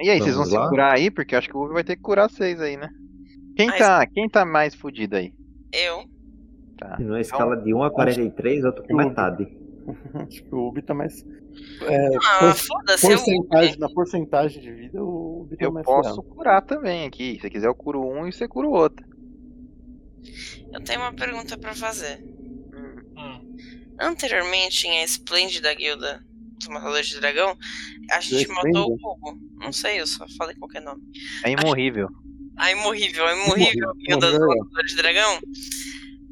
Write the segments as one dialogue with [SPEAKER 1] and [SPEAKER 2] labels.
[SPEAKER 1] E aí, vocês vão
[SPEAKER 2] Vamos lá?
[SPEAKER 1] se curar aí? Porque eu acho que o Wolf vai ter que curar vocês aí, né? Quem,
[SPEAKER 3] Ah,
[SPEAKER 1] tá, quem tá mais fudido aí?
[SPEAKER 3] Eu.
[SPEAKER 1] Tá.
[SPEAKER 2] Numa escala de 1 a 43, eu tô com
[SPEAKER 4] Tudo.
[SPEAKER 2] metade.
[SPEAKER 4] Acho que o Ubi tá mais. É,
[SPEAKER 3] Ah,
[SPEAKER 4] por-
[SPEAKER 3] foda-se. eu- né?
[SPEAKER 4] porcentagem, na porcentagem de vida, o Ubi tá
[SPEAKER 1] Eu
[SPEAKER 4] mais
[SPEAKER 1] posso
[SPEAKER 4] ferrado.
[SPEAKER 1] curar também aqui. Se você quiser, eu curo um e você cura o outro.
[SPEAKER 3] Eu tenho uma pergunta pra fazer.
[SPEAKER 5] Hum.
[SPEAKER 3] Anteriormente, em A Esplêndida Guilda dos Matadores de Dragão, a gente
[SPEAKER 4] Esplêndida?
[SPEAKER 3] matou o Hugo. Não sei, eu só falei qualquer nome.
[SPEAKER 1] É imorrível.
[SPEAKER 3] A imorrível, a imorrível Guilda dos Matadores de Dragão.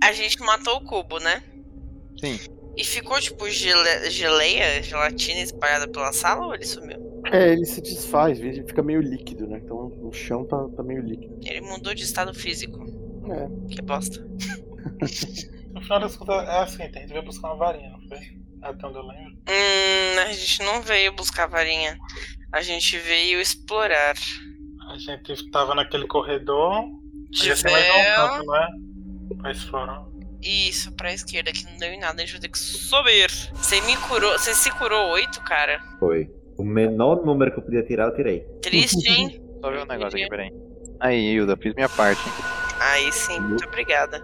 [SPEAKER 3] A gente matou o cubo, né?
[SPEAKER 1] Sim.
[SPEAKER 3] E ficou tipo gele- geleia, gelatina espalhada pela sala ou ele sumiu?
[SPEAKER 4] É, ele se desfaz, ele fica meio líquido, né? Então o chão tá, tá meio líquido.
[SPEAKER 3] Ele mudou de estado físico.
[SPEAKER 4] É.
[SPEAKER 3] Que bosta.
[SPEAKER 5] No final das contas, é assim, tem que buscar uma varinha, não foi? Até onde eu lembro.
[SPEAKER 3] Hum, a gente não veio buscar a varinha. A gente veio explorar.
[SPEAKER 5] A gente tava naquele corredor. Devia ser mais
[SPEAKER 3] Tiver-
[SPEAKER 5] um canto, né? Mas foram.
[SPEAKER 1] né?
[SPEAKER 3] Isso, pra esquerda, que não deu em nada, a gente vai ter que subir. Você me curou, você se curou oito, cara.
[SPEAKER 2] Foi. O menor número que eu podia tirar, eu tirei.
[SPEAKER 3] Triste, hein?
[SPEAKER 1] Só ver um negócio aqui, peraí. Aí, Hilda, fiz minha parte. hein?
[SPEAKER 3] Aí sim, muito obrigada.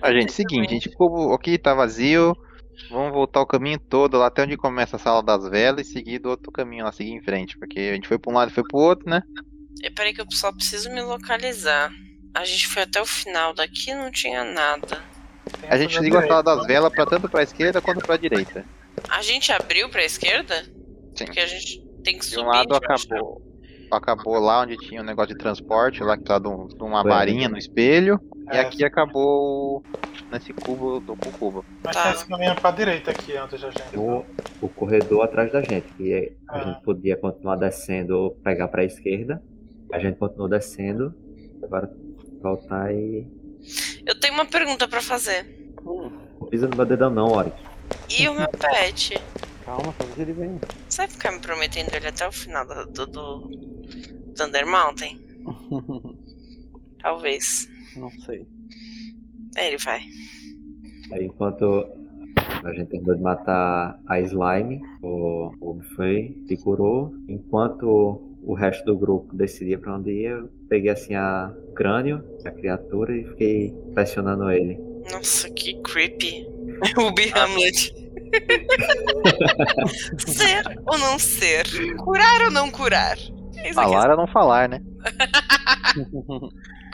[SPEAKER 1] Ah, gente, seguinte, a gente ficou aqui, tá vazio. Vamos voltar o caminho todo lá até onde começa a sala das velas e seguir do outro caminho lá, seguir em frente. Porque a gente foi pra um lado e foi pro outro, né?
[SPEAKER 3] E Eh, peraí que eu só preciso me localizar. A gente foi até o final, daqui não tinha nada.
[SPEAKER 5] Tem
[SPEAKER 1] A gente
[SPEAKER 5] essa
[SPEAKER 1] ligou a sala
[SPEAKER 5] direita,
[SPEAKER 1] das
[SPEAKER 5] né?
[SPEAKER 1] velas pra tanto pra esquerda quanto pra direita.
[SPEAKER 3] A gente abriu pra esquerda?
[SPEAKER 1] Sim.
[SPEAKER 3] Porque a gente tem que
[SPEAKER 1] De
[SPEAKER 3] subir.
[SPEAKER 1] um lado
[SPEAKER 3] eu acho.
[SPEAKER 1] acabou. é. Acabou lá onde tinha um negócio de transporte, lá que tá de um- de uma
[SPEAKER 2] Ué.
[SPEAKER 1] varinha no espelho. E
[SPEAKER 5] É,
[SPEAKER 1] aqui acabou o- nesse cubo do com o cubo.
[SPEAKER 5] Mas
[SPEAKER 3] Tá.
[SPEAKER 5] tá. esse caminho é pra direita aqui, antes da gente.
[SPEAKER 2] O, o corredor atrás da gente. E a
[SPEAKER 5] Ah.
[SPEAKER 2] gente podia continuar descendo ou pegar pra esquerda. A gente continuou descendo. Agora voltar e.
[SPEAKER 3] Eu tenho uma pergunta pra fazer.
[SPEAKER 4] Hum,
[SPEAKER 2] Não pisa no meu dedão, não, Oric.
[SPEAKER 3] E o meu pet?
[SPEAKER 4] calma, talvez ele venha.
[SPEAKER 3] Você vai ficar me prometendo ele até o final do, do, do Thunder Mountain? Talvez.
[SPEAKER 4] Não sei.
[SPEAKER 3] É, ele vai.
[SPEAKER 2] Aí, enquanto a gente terminou de matar a Slime, o o Bob foi, se curou. Enquanto o resto do grupo decidia pra onde ia, eu peguei assim a o crânio, a criatura, e fiquei pressionando ele.
[SPEAKER 3] Nossa, que creepy. Ruby Hamlet. ser ou não ser? Curar ou não curar? É isso aqui.
[SPEAKER 1] Falar ou não falar, né?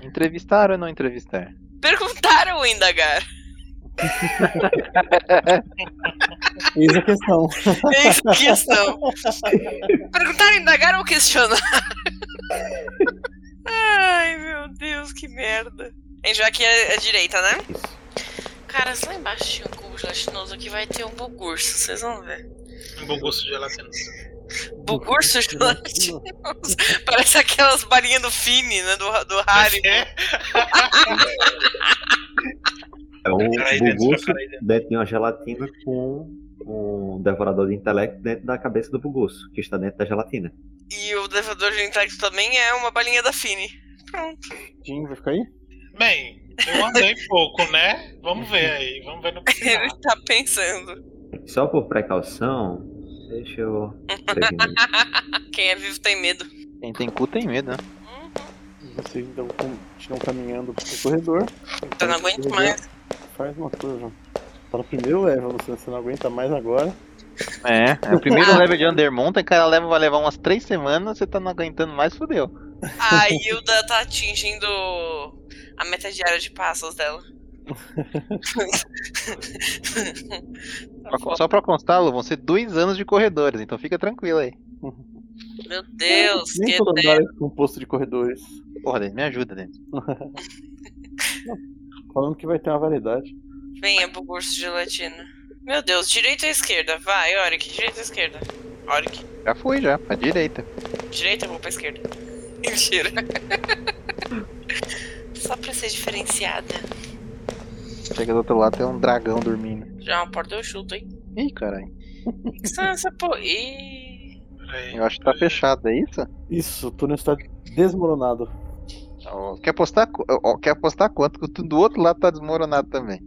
[SPEAKER 1] Entrevistar ou não entrevistar?
[SPEAKER 3] Perguntar ou indagar?
[SPEAKER 4] Eis a questão.
[SPEAKER 3] Eis a é questão. Perguntar, indagar ou questionar? Ai, meu Deus, que merda. É, A gente vai aqui à, à direita, né?
[SPEAKER 2] Isso.
[SPEAKER 3] Cara, se lá embaixo tinha um cubo gelatinoso aqui, vai ter um bugurso, vocês vão ver.
[SPEAKER 5] Um bom gosto de gelatina.
[SPEAKER 3] Bugurso gelatinoso. Parece aquelas balinhas do Fini, né? Do, do Harry.
[SPEAKER 2] É um
[SPEAKER 5] Pra ir dentro,
[SPEAKER 2] buguço
[SPEAKER 5] pra ir dentro.
[SPEAKER 2] dentro de uma gelatina com um devorador de intelecto dentro da cabeça do buguço, que está dentro da gelatina.
[SPEAKER 3] E o devedor de intelecto também é uma balinha da Fini. Pronto.
[SPEAKER 4] Jim, vai ficar aí?
[SPEAKER 5] Bem, eu andei pouco, né? Vamos ver aí, vamos ver no que dá.
[SPEAKER 3] Ele tá pensando.
[SPEAKER 2] Só por precaução, deixa eu. né? prevenir.
[SPEAKER 3] Quem é vivo tem medo.
[SPEAKER 1] Quem tem cu tem medo, né?
[SPEAKER 3] Uhum.
[SPEAKER 4] Vocês então com- estão caminhando pro corredor.
[SPEAKER 3] Eu não aguento
[SPEAKER 4] Corredor,
[SPEAKER 3] mais.
[SPEAKER 4] Faz uma curva. Tá no primeiro level, você você não aguenta mais agora.
[SPEAKER 1] É, é o primeiro level de Undermount, o cara leva, vai levar umas três semanas, você tá não aguentando mais, fodeu.
[SPEAKER 3] A Hilda tá atingindo a meta diária de passos dela.
[SPEAKER 1] Pra- Só pra constar, Lu, vão ser dois anos de corredores, então fica tranquilo aí.
[SPEAKER 3] Meu Deus,
[SPEAKER 4] Nem
[SPEAKER 3] que
[SPEAKER 4] todo
[SPEAKER 3] ideia.
[SPEAKER 4] andar é composto de corredores.
[SPEAKER 1] Porra, Denis, me ajuda, Denis.
[SPEAKER 4] Falando que vai ter uma variedade.
[SPEAKER 3] Venha pro curso de latina. Meu Deus, direita ou esquerda? Vai, Oric, direita ou esquerda? Oric,
[SPEAKER 1] Já fui, já, pra direita.
[SPEAKER 3] direita, eu vou pra esquerda. Mentira. Só pra ser diferenciada.
[SPEAKER 1] Chega do outro lado, tem um dragão dormindo.
[SPEAKER 3] Já é uma porta eu chuto, hein?
[SPEAKER 1] Ih, caralho.
[SPEAKER 3] O que são essa porra? Ih.
[SPEAKER 5] Peraí.
[SPEAKER 1] Eu acho que tá fechado, é isso?
[SPEAKER 4] Isso, o túnel está desmoronado.
[SPEAKER 1] Ó, Quer apostar, qu- ó, ó, quer apostar quanto? Que o tu- do outro lado tá desmoronado também.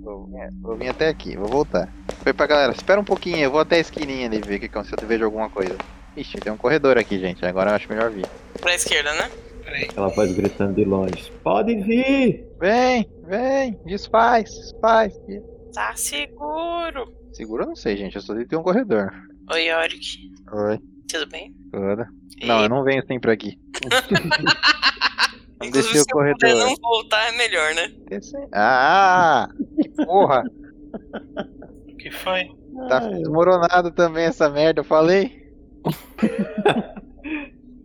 [SPEAKER 1] Vou vir- vou vir até aqui, vou voltar. Foi pra galera, espera um pouquinho, eu vou até a esquininha ali ver o que aconteceu, se eu vejo alguma coisa. Ixi, tem um corredor aqui, gente. Agora eu acho melhor vir.
[SPEAKER 3] Pra esquerda, né?
[SPEAKER 2] Aquela voz gritando de longe. Pode vir!
[SPEAKER 1] Vem, vem, desfaz, desfaz.
[SPEAKER 3] Tá seguro.
[SPEAKER 1] Seguro eu não sei, gente. Eu só sei que tem um corredor.
[SPEAKER 3] Oi, Yorick.
[SPEAKER 1] Oi,
[SPEAKER 3] Tudo bem?
[SPEAKER 1] toda. Não, eu não venho sempre aqui. Vamos
[SPEAKER 3] Inclusive,
[SPEAKER 1] descer o
[SPEAKER 3] se eu puder
[SPEAKER 1] corredor.
[SPEAKER 3] não voltar, é melhor, né?
[SPEAKER 1] Descer. Ah! Que porra!
[SPEAKER 5] O que foi?
[SPEAKER 1] Tá desmoronado também essa merda, eu falei.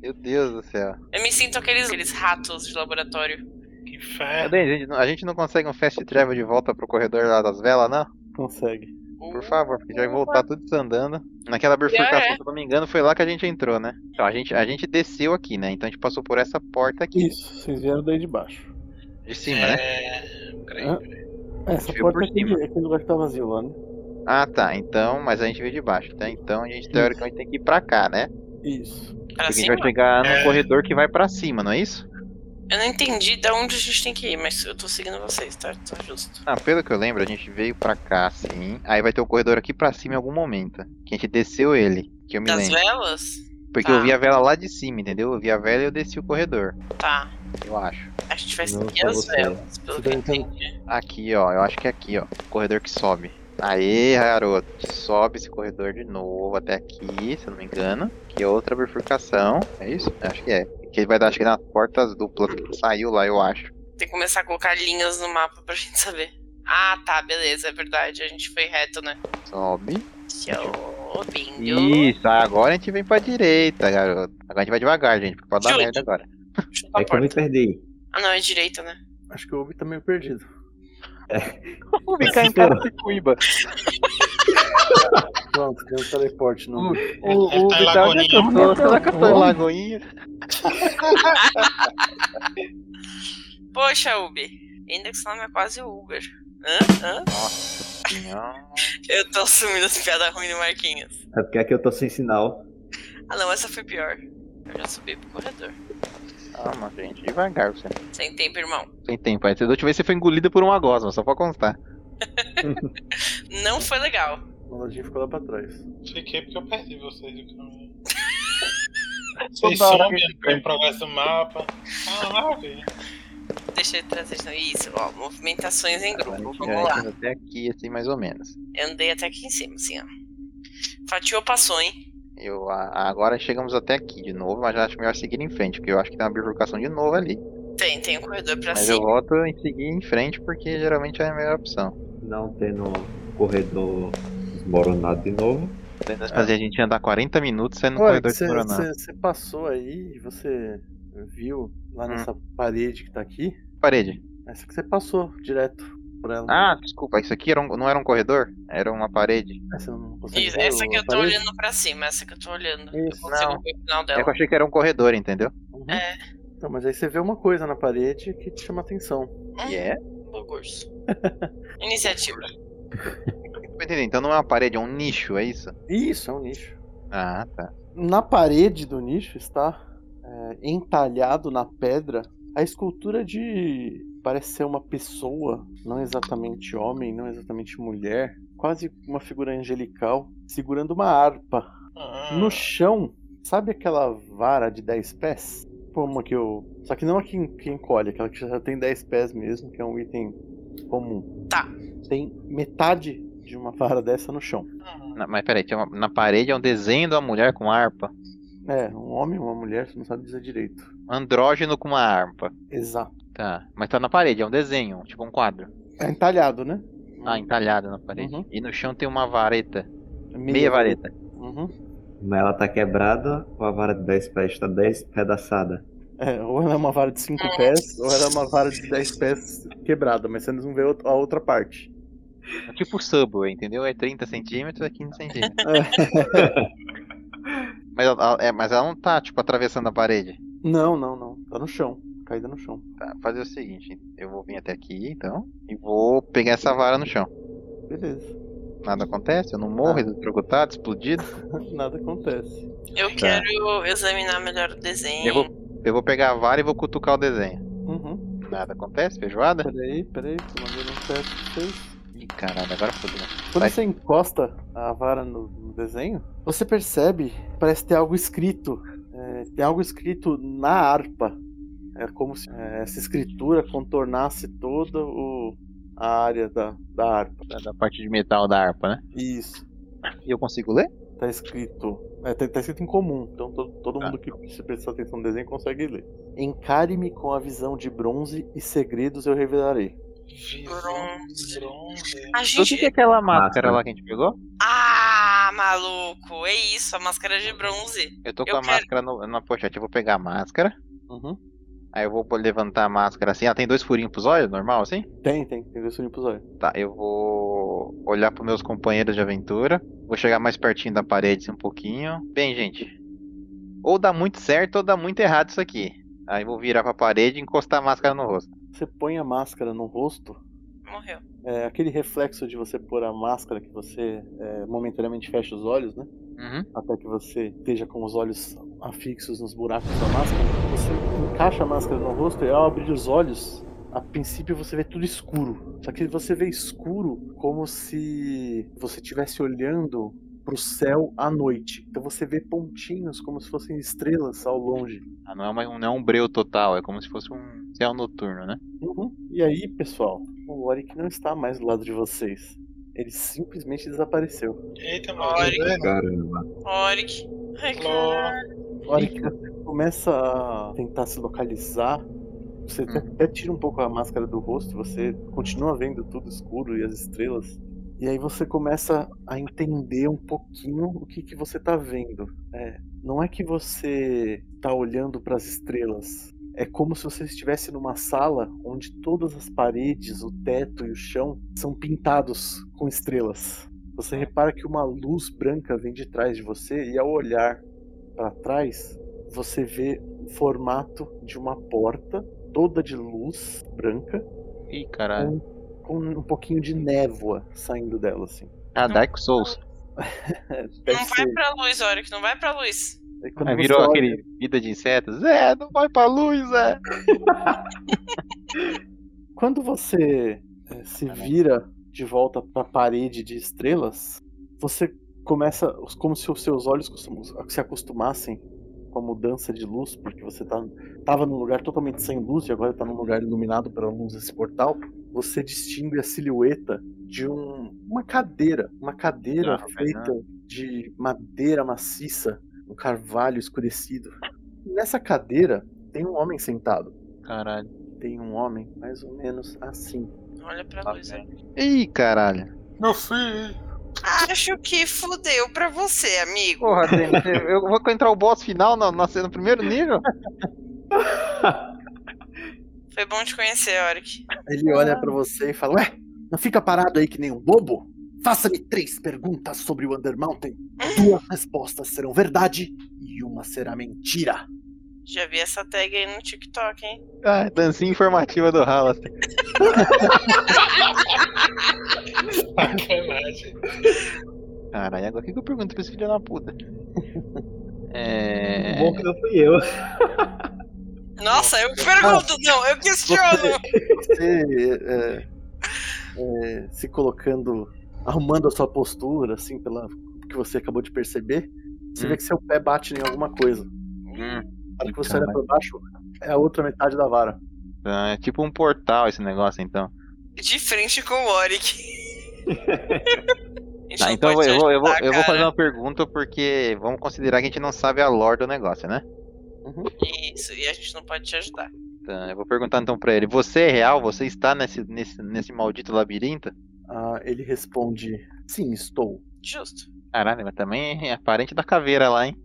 [SPEAKER 1] Meu Deus do céu.
[SPEAKER 3] Eu me sinto aqueles, aqueles ratos de laboratório.
[SPEAKER 5] Que inferno.
[SPEAKER 1] Cadê? É, A gente não- a gente não consegue um fast travel de volta pro corredor lá das velas, não?
[SPEAKER 4] Consegue.
[SPEAKER 3] Um
[SPEAKER 1] Por favor, porque já vai voltar tudo desandando. Naquela bifurcação, se eu não me engano, foi lá que a gente entrou, né? Então, a gente, a gente desceu aqui, né? Então a gente passou por essa porta aqui,
[SPEAKER 4] Isso, vocês vieram daí de baixo.
[SPEAKER 1] de cima, né?
[SPEAKER 5] É. Peraí,
[SPEAKER 4] Hã?
[SPEAKER 5] peraí.
[SPEAKER 4] Essa
[SPEAKER 1] Veio
[SPEAKER 4] porta
[SPEAKER 1] por
[SPEAKER 4] aqui
[SPEAKER 1] cima.
[SPEAKER 4] é aquele lugar que tá vazio lá, né?
[SPEAKER 1] Ah, tá. Então, mas a gente veio de baixo, tá? Então a gente teoricamente tem que ir pra cá, né?
[SPEAKER 4] Isso.
[SPEAKER 3] Pra
[SPEAKER 1] Porque a gente
[SPEAKER 3] cima?
[SPEAKER 1] vai chegar
[SPEAKER 5] É.
[SPEAKER 1] no corredor que vai pra cima, não é isso?
[SPEAKER 3] Eu não entendi de onde a gente tem que ir, mas eu tô seguindo vocês, tá? Tá justo.
[SPEAKER 1] Ah, pelo que eu lembro, a gente veio pra cá, sim. Aí vai ter um corredor aqui pra cima em algum momento. Que a gente desceu ele, que eu me
[SPEAKER 3] Das
[SPEAKER 1] lembro.
[SPEAKER 3] velas?
[SPEAKER 1] Porque
[SPEAKER 3] Tá.
[SPEAKER 1] eu vi a vela lá de cima, entendeu? Eu vi a vela e eu desci o corredor,
[SPEAKER 3] Tá.
[SPEAKER 1] eu acho.
[SPEAKER 3] A gente vai
[SPEAKER 2] Não,
[SPEAKER 3] seguir
[SPEAKER 2] só
[SPEAKER 3] as
[SPEAKER 2] você.
[SPEAKER 3] velas, pelo
[SPEAKER 4] Você
[SPEAKER 3] que eu
[SPEAKER 4] tá entrando.
[SPEAKER 3] entendi.
[SPEAKER 1] Aqui, ó. Eu acho que é aqui, ó. O corredor que sobe. Aê, garoto. Sobe esse corredor de novo até aqui, se eu não me engano. Que é outra bifurcação. É isso? Acho que é. Que ele vai dar, acho que nas portas duplas que saiu lá, eu acho.
[SPEAKER 3] Tem que começar a colocar linhas no mapa pra gente saber. Ah, tá, beleza, é verdade. A gente foi reto, né?
[SPEAKER 1] Sobe.
[SPEAKER 3] Que é o bingo.
[SPEAKER 1] Isso, agora a gente vem pra direita, garoto. Agora a gente vai devagar, gente, porque pode dar
[SPEAKER 3] Justo.
[SPEAKER 1] merda agora.
[SPEAKER 3] Chupa
[SPEAKER 2] É
[SPEAKER 3] a
[SPEAKER 2] que eu me
[SPEAKER 3] porta.
[SPEAKER 2] perdi.
[SPEAKER 3] Ah, não, é direita, né?
[SPEAKER 4] Acho que o Obi tá meio perdido.
[SPEAKER 1] Vamos
[SPEAKER 2] ficar em Carapicuíba.
[SPEAKER 1] Carapicuíba.
[SPEAKER 4] Pronto, tem um teleporte no.
[SPEAKER 1] O
[SPEAKER 5] Ele tá em
[SPEAKER 1] Vital já
[SPEAKER 5] Lagoinha.
[SPEAKER 1] cantou, será que eu tô em Lagoinha?
[SPEAKER 3] Poxa, Uber. Ainda que esse nome é quase Uber. Hã? Hã? Eu tô assumindo as piadas ruins no Marquinhos.
[SPEAKER 2] É porque aqui eu tô sem sinal.
[SPEAKER 3] Ah, não, essa foi pior. Eu já subi pro corredor.
[SPEAKER 1] Calma, gente, devagar você.
[SPEAKER 3] Sem tempo, irmão.
[SPEAKER 1] Sem tempo, aí da última vez você foi engolida por uma gosma, só pra constar.
[SPEAKER 3] Não foi legal.
[SPEAKER 4] O Ladinho ficou lá pra trás.
[SPEAKER 5] Fiquei porque eu perdi vocês do caminho.
[SPEAKER 1] Toda
[SPEAKER 5] Vocês somem,
[SPEAKER 1] hora que-
[SPEAKER 5] perdem progresso do mapa. Caralho.
[SPEAKER 3] Deixa eu trazer de novo. Isso, ó. Movimentações em
[SPEAKER 1] A
[SPEAKER 3] grupo.
[SPEAKER 1] Então, gente já
[SPEAKER 3] Vamos lá.
[SPEAKER 1] entra até aqui, assim, mais ou menos.
[SPEAKER 3] Eu andei até aqui em cima, assim, ó. Fatiou passou, hein?
[SPEAKER 1] Eu, a- agora chegamos até aqui de novo, mas já acho melhor seguir em frente, porque eu acho que tem uma bifurcação de novo ali.
[SPEAKER 3] Tem, tem um corredor pra
[SPEAKER 1] Mas eu
[SPEAKER 3] cima.
[SPEAKER 1] voto em seguir em frente, porque geralmente é a melhor opção.
[SPEAKER 2] Não tendo corredor desmoronado de novo.
[SPEAKER 1] Tentas fazer a gente andar 40 minutos saindo no
[SPEAKER 4] Olha,
[SPEAKER 1] corredor
[SPEAKER 4] você,
[SPEAKER 1] de Paraná.
[SPEAKER 4] você- você passou aí e você viu lá nessa parede que tá aqui.
[SPEAKER 1] Parede.
[SPEAKER 4] Essa que você passou direto por ela.
[SPEAKER 1] Ah, desculpa, isso aqui era um- não era um corredor? Era uma parede.
[SPEAKER 4] Essa eu não consigo
[SPEAKER 3] Isso,
[SPEAKER 4] ver
[SPEAKER 3] essa
[SPEAKER 4] o-
[SPEAKER 3] que
[SPEAKER 4] a
[SPEAKER 3] eu tô
[SPEAKER 4] parede.
[SPEAKER 3] olhando pra cima, essa que eu tô olhando. Eu
[SPEAKER 4] Isso,
[SPEAKER 3] consigo
[SPEAKER 1] não.
[SPEAKER 3] ver o final
[SPEAKER 1] É que eu
[SPEAKER 3] dela.
[SPEAKER 1] achei que era um corredor, entendeu?
[SPEAKER 4] Uhum.
[SPEAKER 3] É.
[SPEAKER 4] Então, mas aí você vê uma coisa na parede que te chama atenção.
[SPEAKER 1] E é. Tá.
[SPEAKER 3] Bom curso. Iniciativa.
[SPEAKER 1] Eu entendi, Então não é uma parede, é um nicho, é isso?
[SPEAKER 4] Isso, é um nicho.
[SPEAKER 1] Ah, tá.
[SPEAKER 4] Na parede do nicho está é, entalhado na pedra a escultura de. Parece ser uma pessoa, não exatamente homem, não exatamente mulher, quase uma figura angelical, segurando uma harpa.
[SPEAKER 5] Ah,
[SPEAKER 4] No chão, sabe aquela vara de 10 pés? Como que eu. Só que não a que, en- que encolhe, aquela que já tem 10 pés mesmo, que é um item comum.
[SPEAKER 3] Tá.
[SPEAKER 4] Tem metade de uma vara dessa no chão.
[SPEAKER 5] ah,
[SPEAKER 1] Na- mas peraí, tinha uma- na parede é um desenho de uma mulher com harpa.
[SPEAKER 4] É, um homem uma mulher, você não sabe dizer direito.
[SPEAKER 1] Andrógeno com uma harpa.
[SPEAKER 4] Exato.
[SPEAKER 1] Tá. Mas tá na parede, é um desenho, tipo um quadro.
[SPEAKER 4] É entalhado, né?
[SPEAKER 1] Ah, entalhado na parede.
[SPEAKER 4] Uhum.
[SPEAKER 1] E no chão tem uma vareta.
[SPEAKER 4] Meia,
[SPEAKER 1] Meia vareta.
[SPEAKER 4] É Uhum.
[SPEAKER 2] Mas ela tá quebrada ou a vara de 10 pés tá despedaçada?
[SPEAKER 4] É, ou ela é uma vara de 5 pés, ou ela é uma vara de 10 pés quebrada, mas você não vê out- a outra parte.
[SPEAKER 1] É tipo subway, entendeu? É 30 centímetros, é 15 centímetros.
[SPEAKER 4] É.
[SPEAKER 1] mas, ela- ela, é, mas ela não tá, tipo, atravessando a parede.
[SPEAKER 4] Não, não, não. Tá no chão. Caída no chão.
[SPEAKER 1] Tá, fazer o seguinte, eu vou vir até aqui, então, e vou pegar essa vara no chão.
[SPEAKER 4] Beleza.
[SPEAKER 1] Nada acontece, eu não morro,
[SPEAKER 4] Ah.
[SPEAKER 1] eletrocutado, explodido.
[SPEAKER 4] Nada acontece.
[SPEAKER 3] Eu quero examinar melhor o desenho.
[SPEAKER 1] Eu vou, eu vou pegar a vara e vou cutucar o desenho.
[SPEAKER 4] Uhum.
[SPEAKER 1] Nada acontece, feijoada?
[SPEAKER 4] Peraí, peraí, tô mandando um teste pra vocês.
[SPEAKER 1] Ih, caralho, agora fodeu. né?
[SPEAKER 4] Quando
[SPEAKER 1] Vai.
[SPEAKER 4] você encosta a vara no, no desenho, você percebe, parece ter algo escrito. É, tem algo escrito na harpa. É como se é, essa escritura contornasse toda o- a área da, da harpa.
[SPEAKER 1] Da, da parte de metal da harpa, né?
[SPEAKER 4] Isso.
[SPEAKER 1] E eu consigo ler?
[SPEAKER 4] Tá escrito. É, tá, tá escrito em comum, então to- todo
[SPEAKER 1] Tá.
[SPEAKER 4] mundo que se prestar atenção no desenho consegue ler. Encare-me com a visão de bronze e segredos eu revelarei.
[SPEAKER 5] Visão de bronze.
[SPEAKER 3] A
[SPEAKER 1] Eu sei que
[SPEAKER 3] gente.
[SPEAKER 1] é aquela máscara
[SPEAKER 2] Máscara.
[SPEAKER 1] lá que a gente pegou.
[SPEAKER 3] Ah, maluco! É isso, a máscara de bronze.
[SPEAKER 1] Eu tô com
[SPEAKER 3] Eu
[SPEAKER 1] a
[SPEAKER 3] quero.
[SPEAKER 1] máscara no, na pochete. Eu vou pegar a máscara.
[SPEAKER 4] Uhum.
[SPEAKER 1] Aí eu vou levantar a máscara assim. Ela tem dois furinhos pros olhos, normal assim?
[SPEAKER 4] Tem, tem, tem dois olhos olhos.
[SPEAKER 1] Tá, eu vou olhar pros meus companheiros de aventura. Vou chegar mais pertinho da parede assim, um pouquinho. Bem, gente. Ou dá muito certo ou dá muito errado isso aqui. Aí eu vou virar pra parede e encostar a máscara no rosto.
[SPEAKER 4] Você põe a máscara no rosto,
[SPEAKER 3] Morreu.
[SPEAKER 4] é, aquele reflexo de você pôr a máscara que você é, momentaneamente fecha os olhos, né?
[SPEAKER 1] Uhum.
[SPEAKER 4] Até que você esteja com os olhos afixos nos buracos da máscara. Você encaixa a máscara no rosto e ao abrir os olhos, a princípio você vê tudo escuro. Só que você vê escuro como se você estivesse olhando pro céu à noite. Então você vê pontinhos como se fossem estrelas ao longe.
[SPEAKER 1] Ah, não é, uma, não é um breu total, é como se fosse um céu noturno, né?
[SPEAKER 4] Uhum. E aí, pessoal, o Oric não está mais do lado de vocês. Ele simplesmente desapareceu.
[SPEAKER 5] Eita,
[SPEAKER 3] Olha.
[SPEAKER 5] mano.
[SPEAKER 2] Caramba.
[SPEAKER 3] Oric. Ai, cara.
[SPEAKER 5] Ló.
[SPEAKER 4] O Oric você começa a tentar se localizar. Você até- até tira um pouco a máscara do rosto, você continua vendo tudo escuro e as estrelas. E aí você começa a entender um pouquinho o que, que você tá vendo. É, não é que você tá olhando para as estrelas, É como se você estivesse numa sala onde todas as paredes, o teto e o chão são pintados com estrelas. Você repara que uma luz branca vem de trás de você e ao olhar para trás, você vê o formato de uma porta toda de luz branca
[SPEAKER 1] Ih, caralho.
[SPEAKER 4] com um pouquinho de névoa saindo dela assim.
[SPEAKER 1] Ah, Dark Souls.
[SPEAKER 4] Deve
[SPEAKER 3] Não vai
[SPEAKER 4] ser.
[SPEAKER 3] pra luz, Oric, não vai pra luz.
[SPEAKER 4] Aí quando
[SPEAKER 1] Aí
[SPEAKER 4] você
[SPEAKER 1] virou
[SPEAKER 4] olha-
[SPEAKER 1] aquele vida de insetos. Zé, não vai pra luz, é. Zé.
[SPEAKER 4] Quando você eh, se vira de volta para a parede de estrelas, você começa os- como se os seus olhos costum- se acostumassem com a mudança de luz, porque você tá, tava num lugar totalmente sem luz e agora tá num lugar iluminado pela luz desse portal. Você distingue a silhueta de um- uma cadeira, uma cadeira
[SPEAKER 1] Ah,
[SPEAKER 4] feita de madeira maciça, um carvalho escurecido. Nessa cadeira tem um homem sentado
[SPEAKER 1] Caralho.
[SPEAKER 4] tem um homem mais ou menos assim.
[SPEAKER 3] Olha pra
[SPEAKER 1] Tá
[SPEAKER 3] luz, Oric.
[SPEAKER 1] Ih, caralho.
[SPEAKER 5] Meu filho.
[SPEAKER 3] Acho que fudeu pra você, amigo.
[SPEAKER 1] Porra, Denis, eu vou entrar o boss final no, no, no primeiro nível?
[SPEAKER 3] Foi bom te conhecer, Oric.
[SPEAKER 4] Ele olha pra você e fala: Ué, não fica parado aí que nem um bobo? Faça-me três perguntas sobre o Undermountain. Duas respostas serão verdade e uma será mentira.
[SPEAKER 3] Já vi essa tag aí no TikTok, hein?
[SPEAKER 1] Ah, dancinha informativa do Halas.
[SPEAKER 5] Sacanagem.
[SPEAKER 1] Caralho, agora o que, que eu pergunto pra esse filho da puta? É.
[SPEAKER 2] Bom que não fui eu.
[SPEAKER 3] Nossa, eu que pergunto, não, eu questiono.
[SPEAKER 4] Você é, é, se colocando, arrumando a sua postura, assim, pela que você acabou de perceber, você
[SPEAKER 1] Hum.
[SPEAKER 4] vê que seu pé bate em alguma coisa.
[SPEAKER 1] Hum,
[SPEAKER 4] Na hora que você
[SPEAKER 1] Eita,
[SPEAKER 4] olha pra baixo, é a outra metade da vara.
[SPEAKER 1] tá, é tipo um portal esse negócio então.
[SPEAKER 3] De frente com o Oric. A gente
[SPEAKER 1] Tá,
[SPEAKER 3] não
[SPEAKER 1] então eu
[SPEAKER 3] pode
[SPEAKER 1] vou, eu, vou, eu, vou,
[SPEAKER 3] ajudar,
[SPEAKER 1] eu vou fazer
[SPEAKER 3] cara.
[SPEAKER 1] uma pergunta porque vamos considerar que a gente não sabe a lore do negócio, né? um-
[SPEAKER 3] Isso, e a gente não pode te ajudar.
[SPEAKER 1] Tá, eu vou perguntar então pra ele: Você é real? Você está nesse, nesse, nesse maldito labirinto?
[SPEAKER 4] Ah, ele responde: Sim, estou.
[SPEAKER 3] Justo.
[SPEAKER 1] Caralho, mas também é parente da caveira lá, hein?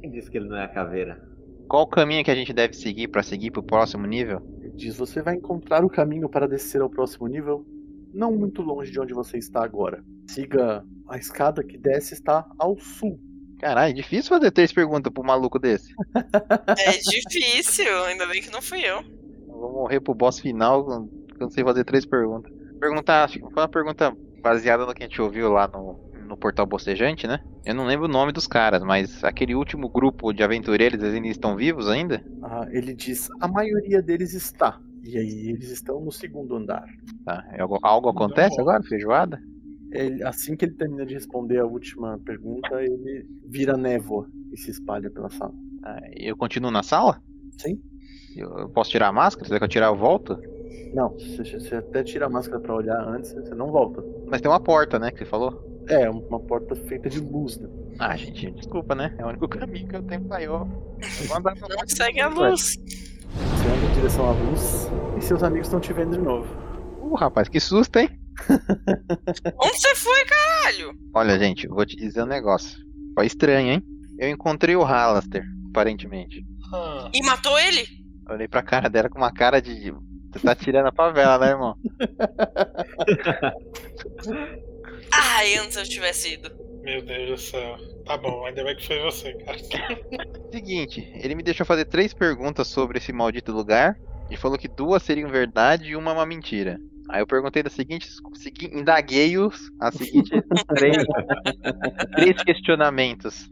[SPEAKER 2] Quem disse que ele não é a caveira?
[SPEAKER 1] Qual o caminho que a gente deve seguir pra seguir pro próximo nível?
[SPEAKER 4] Ele diz: Você vai encontrar o caminho para descer ao próximo nível, não muito longe de onde você está agora. Siga a escada que desce está ao sul.
[SPEAKER 1] Caralho, é difícil fazer três perguntas pro maluco desse.
[SPEAKER 3] É difícil, ainda bem que não fui eu.
[SPEAKER 1] Eu vou morrer pro boss final quando não sei fazer três perguntas. Perguntar, acho que foi uma pergunta baseada no que a gente ouviu lá no, no portal bocejante, né? Eu não lembro o nome dos caras, mas aquele último grupo de aventureiros, eles ainda estão vivos ainda?
[SPEAKER 4] Ah, ele diz: A maioria deles está. E aí eles estão no segundo andar.
[SPEAKER 1] Tá. É algo, algo acontece agora? Feijoada?
[SPEAKER 4] Ele- assim que ele termina de responder a última pergunta, ele vira névoa e se espalha pela sala.
[SPEAKER 1] Tá, Eu continuo na sala?
[SPEAKER 4] Sim.
[SPEAKER 1] Eu, eu posso tirar a máscara? Será que eu tirar eu volto?
[SPEAKER 4] Não, você, você até tira a máscara pra olhar antes, você não volta.
[SPEAKER 1] Mas tem uma porta, né? Que você falou?
[SPEAKER 4] É, uma porta feita de luz, né?
[SPEAKER 1] Ah, gente, desculpa, né? É o único caminho que eu tenho pra eu. eu vou andar pra
[SPEAKER 3] Não segue a luz.
[SPEAKER 4] Você anda em direção à luz e seus amigos estão te vendo de novo.
[SPEAKER 1] Uh, rapaz, que susto, hein?
[SPEAKER 3] Onde você foi, caralho?
[SPEAKER 1] Olha, gente, eu vou te dizer um negócio. Foi estranho, hein? Eu encontrei o Halaster, aparentemente.
[SPEAKER 5] Ah,
[SPEAKER 3] E matou ele?
[SPEAKER 1] Eu Olhei pra cara dela com uma cara de. Você tá tirando a favela, né, irmão?
[SPEAKER 3] Ai, antes Ah, eu tivesse ido.
[SPEAKER 5] meu Deus do céu. Tá bom, ainda bem que foi você, cara.
[SPEAKER 1] Seguinte, ele me deixou fazer três perguntas sobre esse maldito lugar e falou que duas seriam verdade e uma uma mentira. Aí eu perguntei da seguinte, segui, indaguei-os a seguinte três, três questionamentos.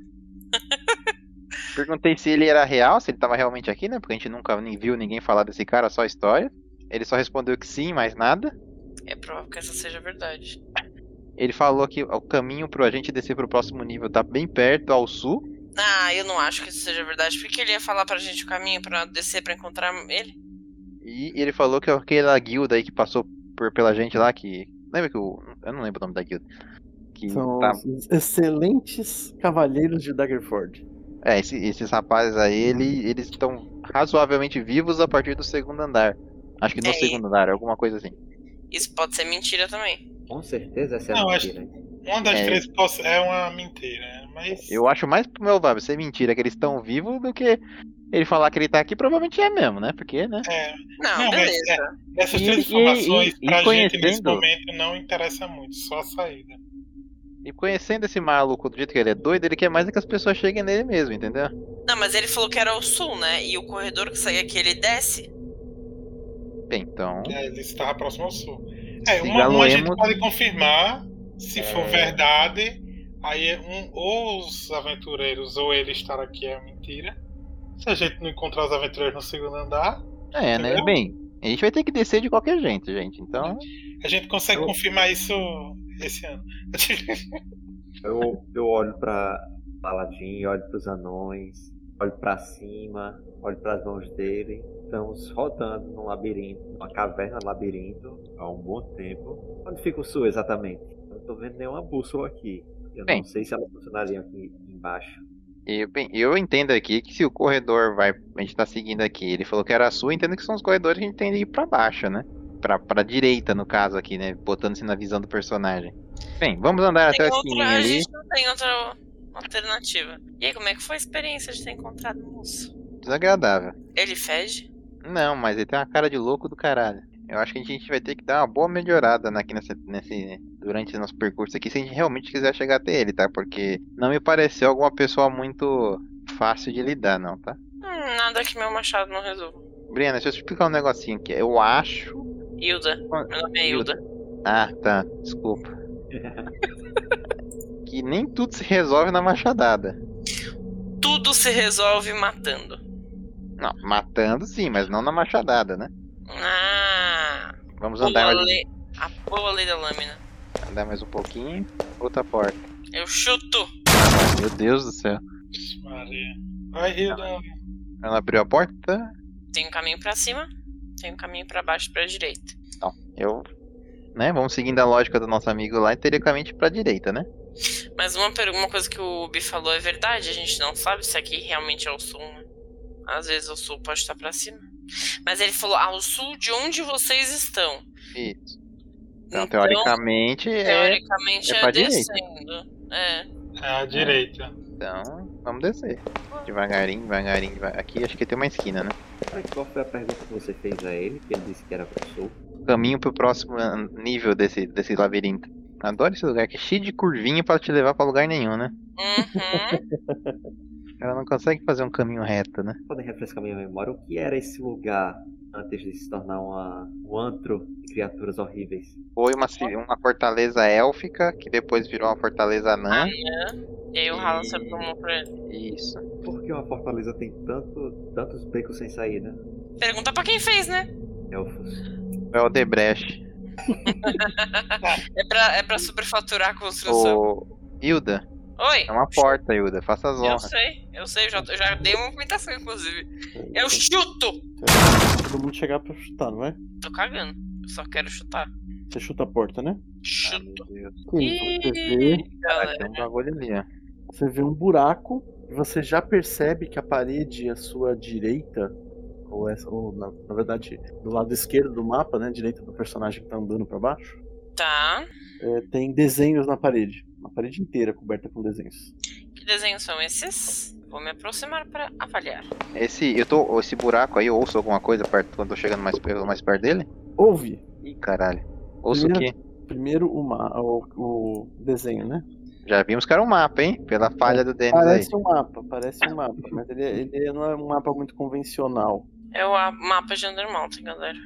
[SPEAKER 1] Perguntei se ele era real, se ele tava realmente aqui, né? Porque a gente nunca nem viu ninguém falar desse cara, só história. Ele só respondeu que sim, mais nada.
[SPEAKER 3] É provável que essa seja verdade.
[SPEAKER 1] Ele falou que o caminho pro agente descer pro próximo nível tá bem perto, ao sul.
[SPEAKER 3] Ah, eu não acho que isso seja verdade. Por que ele ia falar pra gente o caminho pra descer pra encontrar ele?
[SPEAKER 1] E ele falou que aquela guilda aí que passou por, pela gente lá, que. Lembra que o. Eu não lembro o nome da guilda. Que
[SPEAKER 4] São
[SPEAKER 1] tá-
[SPEAKER 4] os excelentes cavalheiros de Daggerford.
[SPEAKER 1] É, esse- esses rapazes aí, ele- eles estão razoavelmente vivos a partir do segundo andar. Acho que no
[SPEAKER 3] É.
[SPEAKER 1] segundo andar, alguma coisa assim.
[SPEAKER 3] Isso pode ser mentira também.
[SPEAKER 2] Com certeza essa é
[SPEAKER 5] Não,
[SPEAKER 2] a
[SPEAKER 5] acho-
[SPEAKER 2] mentira. hein?
[SPEAKER 5] Uma das
[SPEAKER 1] É.
[SPEAKER 5] três poss- é uma mentira, mas.
[SPEAKER 1] Eu acho mais provável ser é mentira que eles estão vivos do que ele falar que ele tá aqui, provavelmente é mesmo, né? Porque, né?
[SPEAKER 5] É,
[SPEAKER 3] Não,
[SPEAKER 5] Não, mas
[SPEAKER 3] beleza.
[SPEAKER 1] é.
[SPEAKER 5] essas
[SPEAKER 1] E-
[SPEAKER 5] três
[SPEAKER 1] e-
[SPEAKER 5] informações
[SPEAKER 1] e- e
[SPEAKER 5] pra gente nesse
[SPEAKER 1] conhecendo-
[SPEAKER 5] momento não interessa muito, só a saída.
[SPEAKER 1] E conhecendo esse maluco do jeito que ele é doido, ele quer mais é que as pessoas cheguem nele mesmo, entendeu?
[SPEAKER 3] Não, mas ele falou que era o sul, né? E o corredor que saía aqui, ele desce.
[SPEAKER 1] Bem, então.
[SPEAKER 5] É, ele estava próximo ao sul. É,
[SPEAKER 1] Se
[SPEAKER 5] uma, uma a gente
[SPEAKER 1] galoemos-
[SPEAKER 5] pode confirmar se for
[SPEAKER 1] É.
[SPEAKER 5] verdade. Aí um, ou os aventureiros ou ele estar aqui é mentira. Se a gente não encontrar os aventureiros no segundo andar,
[SPEAKER 1] É, né?
[SPEAKER 5] Entendeu?
[SPEAKER 1] Bem, a gente vai ter que descer de qualquer jeito, gente. Então.
[SPEAKER 5] a gente consegue
[SPEAKER 2] Eu-
[SPEAKER 5] confirmar isso esse ano.
[SPEAKER 2] Eu, eu olho pra Paladin, olho pros anões, olho pra cima, olho pras mãos dele. Estamos rodando num labirinto, uma caverna labirinto, há um bom tempo. Onde fica o sul exatamente? Eu não tô vendo nenhuma bússola aqui. Eu
[SPEAKER 1] Bem.
[SPEAKER 2] não sei se ela funcionaria aqui embaixo.
[SPEAKER 1] Eu, bem, eu entendo aqui que se o corredor vai. A gente tá seguindo aqui, ele falou que era sul, eu entendo que são os corredores que a gente tem de ir pra baixo, né? Pra, pra direita, no caso aqui, né? Botando-se na visão do personagem. Bem, vamos andar É, até
[SPEAKER 3] Tem
[SPEAKER 1] o
[SPEAKER 3] outra,
[SPEAKER 1] esquininho
[SPEAKER 3] a
[SPEAKER 1] ali.
[SPEAKER 3] gente não tem outra alternativa. E aí, como é que foi a experiência de ter encontrado o moço?
[SPEAKER 1] Desagradável.
[SPEAKER 3] Ele fede?
[SPEAKER 1] Não, mas ele tem uma cara de louco do caralho. Eu acho que a gente vai ter que dar uma boa melhorada na- aqui nessa, nesse, durante esse nosso percurso aqui, se a gente realmente quiser chegar até ele, tá? Porque não me pareceu alguma pessoa muito fácil de lidar, não, tá?
[SPEAKER 3] Hum, nada que meu machado não resolva.
[SPEAKER 1] Brena, deixa eu te explicar um negocinho aqui. Eu acho.
[SPEAKER 3] Hilda. Meu nome é Hilda.
[SPEAKER 1] Ah, tá. Desculpa. que nem tudo se resolve na machadada.
[SPEAKER 3] Tudo se resolve matando.
[SPEAKER 1] Não, matando sim, mas não na machadada, né?
[SPEAKER 3] Ah,
[SPEAKER 1] Vamos andar
[SPEAKER 3] boa
[SPEAKER 1] mais,
[SPEAKER 3] lei, a boa lei da lâmina.
[SPEAKER 1] andar mais um pouquinho. Outra porta.
[SPEAKER 3] Eu chuto.
[SPEAKER 1] Meu Deus do céu.
[SPEAKER 5] Vixe, Maria. Vai,
[SPEAKER 1] Tá.
[SPEAKER 5] Hilda.
[SPEAKER 1] Ela abriu a porta.
[SPEAKER 3] Tem um caminho pra cima, tem um caminho pra baixo e pra direita.
[SPEAKER 1] Eu. Né? Vamos seguindo a lógica do nosso amigo lá, e teoricamente pra direita, né?
[SPEAKER 3] Mas uma, per- uma coisa que o Ubi falou é verdade, a gente não sabe se aqui realmente é o sul, né? Às vezes o sul pode estar pra cima. Mas ele falou ao sul de onde vocês estão.
[SPEAKER 1] Isso. Então, teoricamente, é.
[SPEAKER 3] teoricamente,
[SPEAKER 1] é
[SPEAKER 3] é,
[SPEAKER 1] pra direita.
[SPEAKER 3] descendo. É.
[SPEAKER 5] É à direita.
[SPEAKER 1] Então, vamos descer. Devagarinho, devagarinho, devagarinho. Aqui acho que tem uma esquina, né?
[SPEAKER 2] Mas qual foi a pergunta que você fez a ele? Que ele disse que era pro sul.
[SPEAKER 1] caminho pro próximo an- nível desse, desse labirinto. Adoro esse lugar, que é cheio de curvinha pra te levar pra lugar nenhum, né?
[SPEAKER 3] Uhum.
[SPEAKER 1] Ela não consegue fazer um caminho reto, né?
[SPEAKER 2] Podem refrescar minha memória. O que era esse lugar antes de se tornar uma, um antro de criaturas horríveis?
[SPEAKER 1] Foi uma, ci- uma fortaleza élfica, que depois virou uma fortaleza anã.
[SPEAKER 3] e aí o Haaland
[SPEAKER 1] E-
[SPEAKER 3] se aprumou pra ele.
[SPEAKER 1] Isso.
[SPEAKER 2] Por que uma fortaleza tem tanto, tantos becos sem saída?
[SPEAKER 3] Pergunta pra quem fez, né?
[SPEAKER 2] elfos.
[SPEAKER 1] É o Debrecht.
[SPEAKER 3] É pra, é pra superfaturar a construção.
[SPEAKER 1] Ô, Hilda,
[SPEAKER 3] Oi!
[SPEAKER 1] é uma porta, Hilda. Faça as
[SPEAKER 3] Eu
[SPEAKER 1] honras.
[SPEAKER 3] sei, eu sei, eu já, eu já dei uma movimentação, inclusive. Eu chuto!
[SPEAKER 4] Então, é, Todo mundo chegar pra chutar, não é?
[SPEAKER 3] Tô cagando. Eu só quero chutar.
[SPEAKER 4] Você chuta a porta, né?
[SPEAKER 1] Ah,
[SPEAKER 3] Chuto.
[SPEAKER 1] meu Deus.
[SPEAKER 4] Sim, você vê
[SPEAKER 3] Ih,
[SPEAKER 1] Cara,
[SPEAKER 3] galera.
[SPEAKER 1] tem um bagulho ali, ó.
[SPEAKER 4] Você vê um buraco e você já percebe que a parede à sua direita, ou, essa, ou na, na verdade do lado esquerdo do mapa, né, direita do personagem que tá andando pra baixo,
[SPEAKER 3] Tá.
[SPEAKER 4] é, tem desenhos na parede. A parede inteira coberta com desenhos.
[SPEAKER 3] Que desenhos são esses? Vou me aproximar pra avaliar.
[SPEAKER 1] Esse, eu tô, esse buraco aí, eu ouço alguma coisa perto, quando eu tô chegando mais, perto- mais perto dele?
[SPEAKER 4] Ouve
[SPEAKER 1] Ih, caralho. Ouço o
[SPEAKER 4] Primeiro-
[SPEAKER 1] quê?
[SPEAKER 4] primeiro o, ma- o- o desenho, né?
[SPEAKER 1] Já vimos que era um mapa, hein? Pela falha do Denis aí.
[SPEAKER 4] Parece um mapa, parece um mapa, mas ele, ele não é um mapa muito convencional.
[SPEAKER 3] É o a- mapa de Undermountain, galera.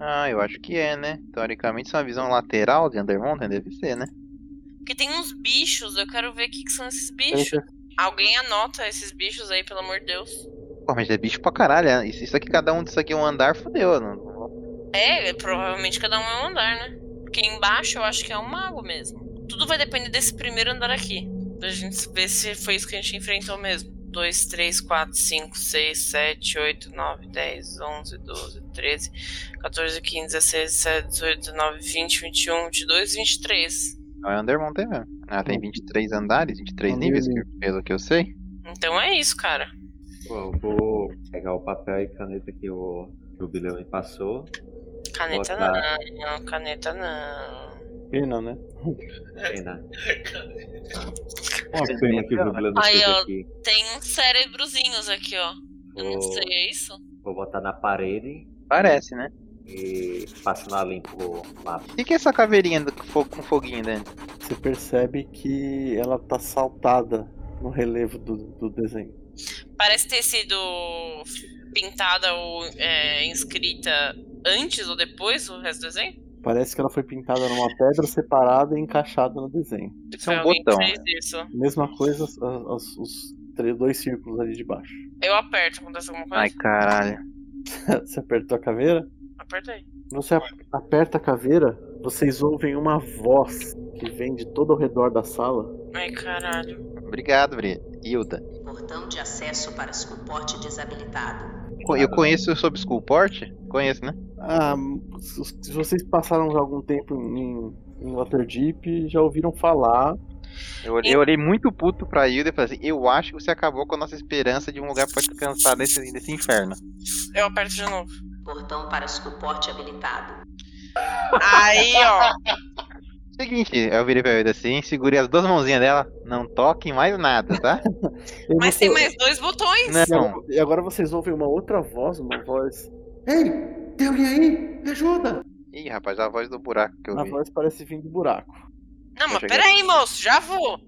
[SPEAKER 1] Ah, eu acho que é, né? Teoricamente, isso é uma visão lateral de Undermountain, deve ser, né?
[SPEAKER 3] Porque tem uns bichos, eu quero ver o que, que são esses bichos.
[SPEAKER 4] Parece-
[SPEAKER 3] Alguém anota esses bichos aí, pelo amor de Deus.
[SPEAKER 1] Pô, mas é bicho pra caralho. né? Isso, isso aqui, cada um disso aqui é um andar, fodeu. Não, não-
[SPEAKER 3] É, provavelmente cada um é um andar, né? Porque embaixo eu acho que é um mago mesmo. Tudo vai depender desse primeiro andar aqui. Pra gente ver se foi isso que a gente enfrentou mesmo. 2, 3, 4, 5, 6, 7, 8, 9, 10, 11, 12, 13, 14, 15, 16, 17, 18, 19, 20, 21, 22, 23.
[SPEAKER 1] não é Undermountain mesmo. Ah, tem 23 andares, 23
[SPEAKER 4] Olha
[SPEAKER 1] níveis,
[SPEAKER 4] ali.
[SPEAKER 1] que- pelo que eu sei.
[SPEAKER 3] Então é isso, cara.
[SPEAKER 2] Bom, eu vou pegar o papel e caneta que o Jubileu me passou.
[SPEAKER 3] Caneta
[SPEAKER 2] Botar.
[SPEAKER 3] não, caneta não.
[SPEAKER 4] Pena, né?
[SPEAKER 2] Pena. Uma pena que o Jubileu não
[SPEAKER 3] Aí,
[SPEAKER 2] fez
[SPEAKER 3] ó.
[SPEAKER 2] aqui.
[SPEAKER 3] Tem uns cérebrozinhos aqui, ó. Eu não
[SPEAKER 2] Vou,
[SPEAKER 3] sei, é isso?
[SPEAKER 2] vou botar na parede
[SPEAKER 1] Parece, né?
[SPEAKER 2] e passo na limpo o mapa.
[SPEAKER 1] O que, que é essa caveirinha do, fogo, com foguinho dentro?
[SPEAKER 4] Você percebe que ela tá saltada no relevo do, do desenho.
[SPEAKER 3] Parece ter sido pintada ou é, inscrita antes ou depois do resto do desenho?
[SPEAKER 4] Parece que ela foi pintada numa pedra separada e encaixada no desenho.
[SPEAKER 1] Isso é um
[SPEAKER 3] alguém que
[SPEAKER 1] botão.
[SPEAKER 3] fez isso.
[SPEAKER 4] Mesma coisa as- as- os tre- dois círculos ali de baixo.
[SPEAKER 3] Eu aperto, acontece alguma coisa?
[SPEAKER 1] Ai, caralho.
[SPEAKER 4] Você apertou a caveira?
[SPEAKER 3] Aperta aí.
[SPEAKER 4] Você a- aperta a caveira, vocês ouvem uma voz que vem de todo ao redor da sala.
[SPEAKER 3] Ai, caralho.
[SPEAKER 1] Obrigado, Bri. Hilda.
[SPEAKER 6] Portão de acesso para suporte desabilitado.
[SPEAKER 1] Co- Eu conheço sobre Schoolport? Conheço, né?
[SPEAKER 4] Ah, se se vocês passaram já algum tempo em, em Waterdeep, já ouviram falar.
[SPEAKER 1] Eu olhei, eu olhei muito puto pra Hilda e falei assim: Eu acho que você acabou com a nossa esperança de um lugar pra descansar desse, desse inferno.
[SPEAKER 3] Eu aperto de novo.
[SPEAKER 6] Portão para suporte habilitado.
[SPEAKER 3] Aí, ó.
[SPEAKER 1] Seguinte, eu virei pra Hilda assim, segurei as duas mãozinhas dela, não toquem mais nada, tá?
[SPEAKER 3] Mas
[SPEAKER 4] Eu não
[SPEAKER 3] tem
[SPEAKER 4] sei-
[SPEAKER 3] mais dois botões.
[SPEAKER 4] E
[SPEAKER 1] assim? Não,
[SPEAKER 4] agora, e agora vocês ouvem uma outra voz, uma voz.
[SPEAKER 1] Ih, rapaz, a voz do buraco que eu
[SPEAKER 4] A
[SPEAKER 1] vi.
[SPEAKER 4] voz parece vir do buraco.
[SPEAKER 3] Não, mas
[SPEAKER 1] cheguei.
[SPEAKER 3] pera aí, moço. Já vou.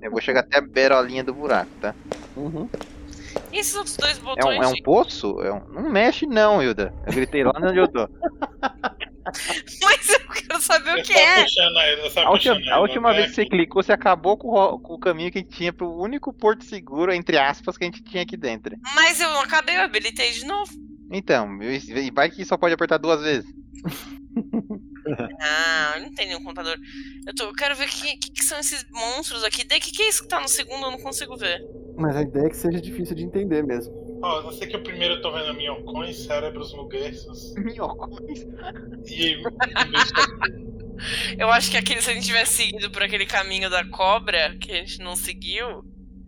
[SPEAKER 1] Eu vou chegar até a berolinha do buraco, tá?
[SPEAKER 4] Uhum.
[SPEAKER 3] E esses outros dois
[SPEAKER 1] É um,
[SPEAKER 3] botões?
[SPEAKER 1] é um poço? É um- Não mexe não, Hilda. Eu gritei lá onde eu tô.
[SPEAKER 3] gente? Mas eu quero saber
[SPEAKER 5] Eu
[SPEAKER 3] o que
[SPEAKER 5] só
[SPEAKER 3] é.
[SPEAKER 5] puxando ela, eu só
[SPEAKER 1] A última,
[SPEAKER 5] puxando
[SPEAKER 1] a
[SPEAKER 5] ela,
[SPEAKER 1] última
[SPEAKER 5] né?
[SPEAKER 1] vez que você clicou, você acabou com o, ro- com o caminho que a gente tinha pro único porto seguro, entre aspas, que a gente tinha aqui dentro.
[SPEAKER 3] Mas eu não acabei, eu habilitei de novo.
[SPEAKER 1] Então, eu- e vai que só pode apertar duas vezes.
[SPEAKER 3] Ah, eu não tem nenhum contador. Eu, tô, eu quero ver o que, que, que são esses monstros aqui. Daí, o que, que é isso que tá no segundo? Eu não consigo ver.
[SPEAKER 4] Mas a ideia é que seja difícil de entender mesmo.
[SPEAKER 5] Ó, não sei que é o primeiro eu tô vendo minhocões, cérebros mugueços
[SPEAKER 1] Minhocões.
[SPEAKER 5] e bicho-
[SPEAKER 3] Eu acho que aquele, se a gente tivesse seguido por aquele caminho da cobra, que a gente não seguiu,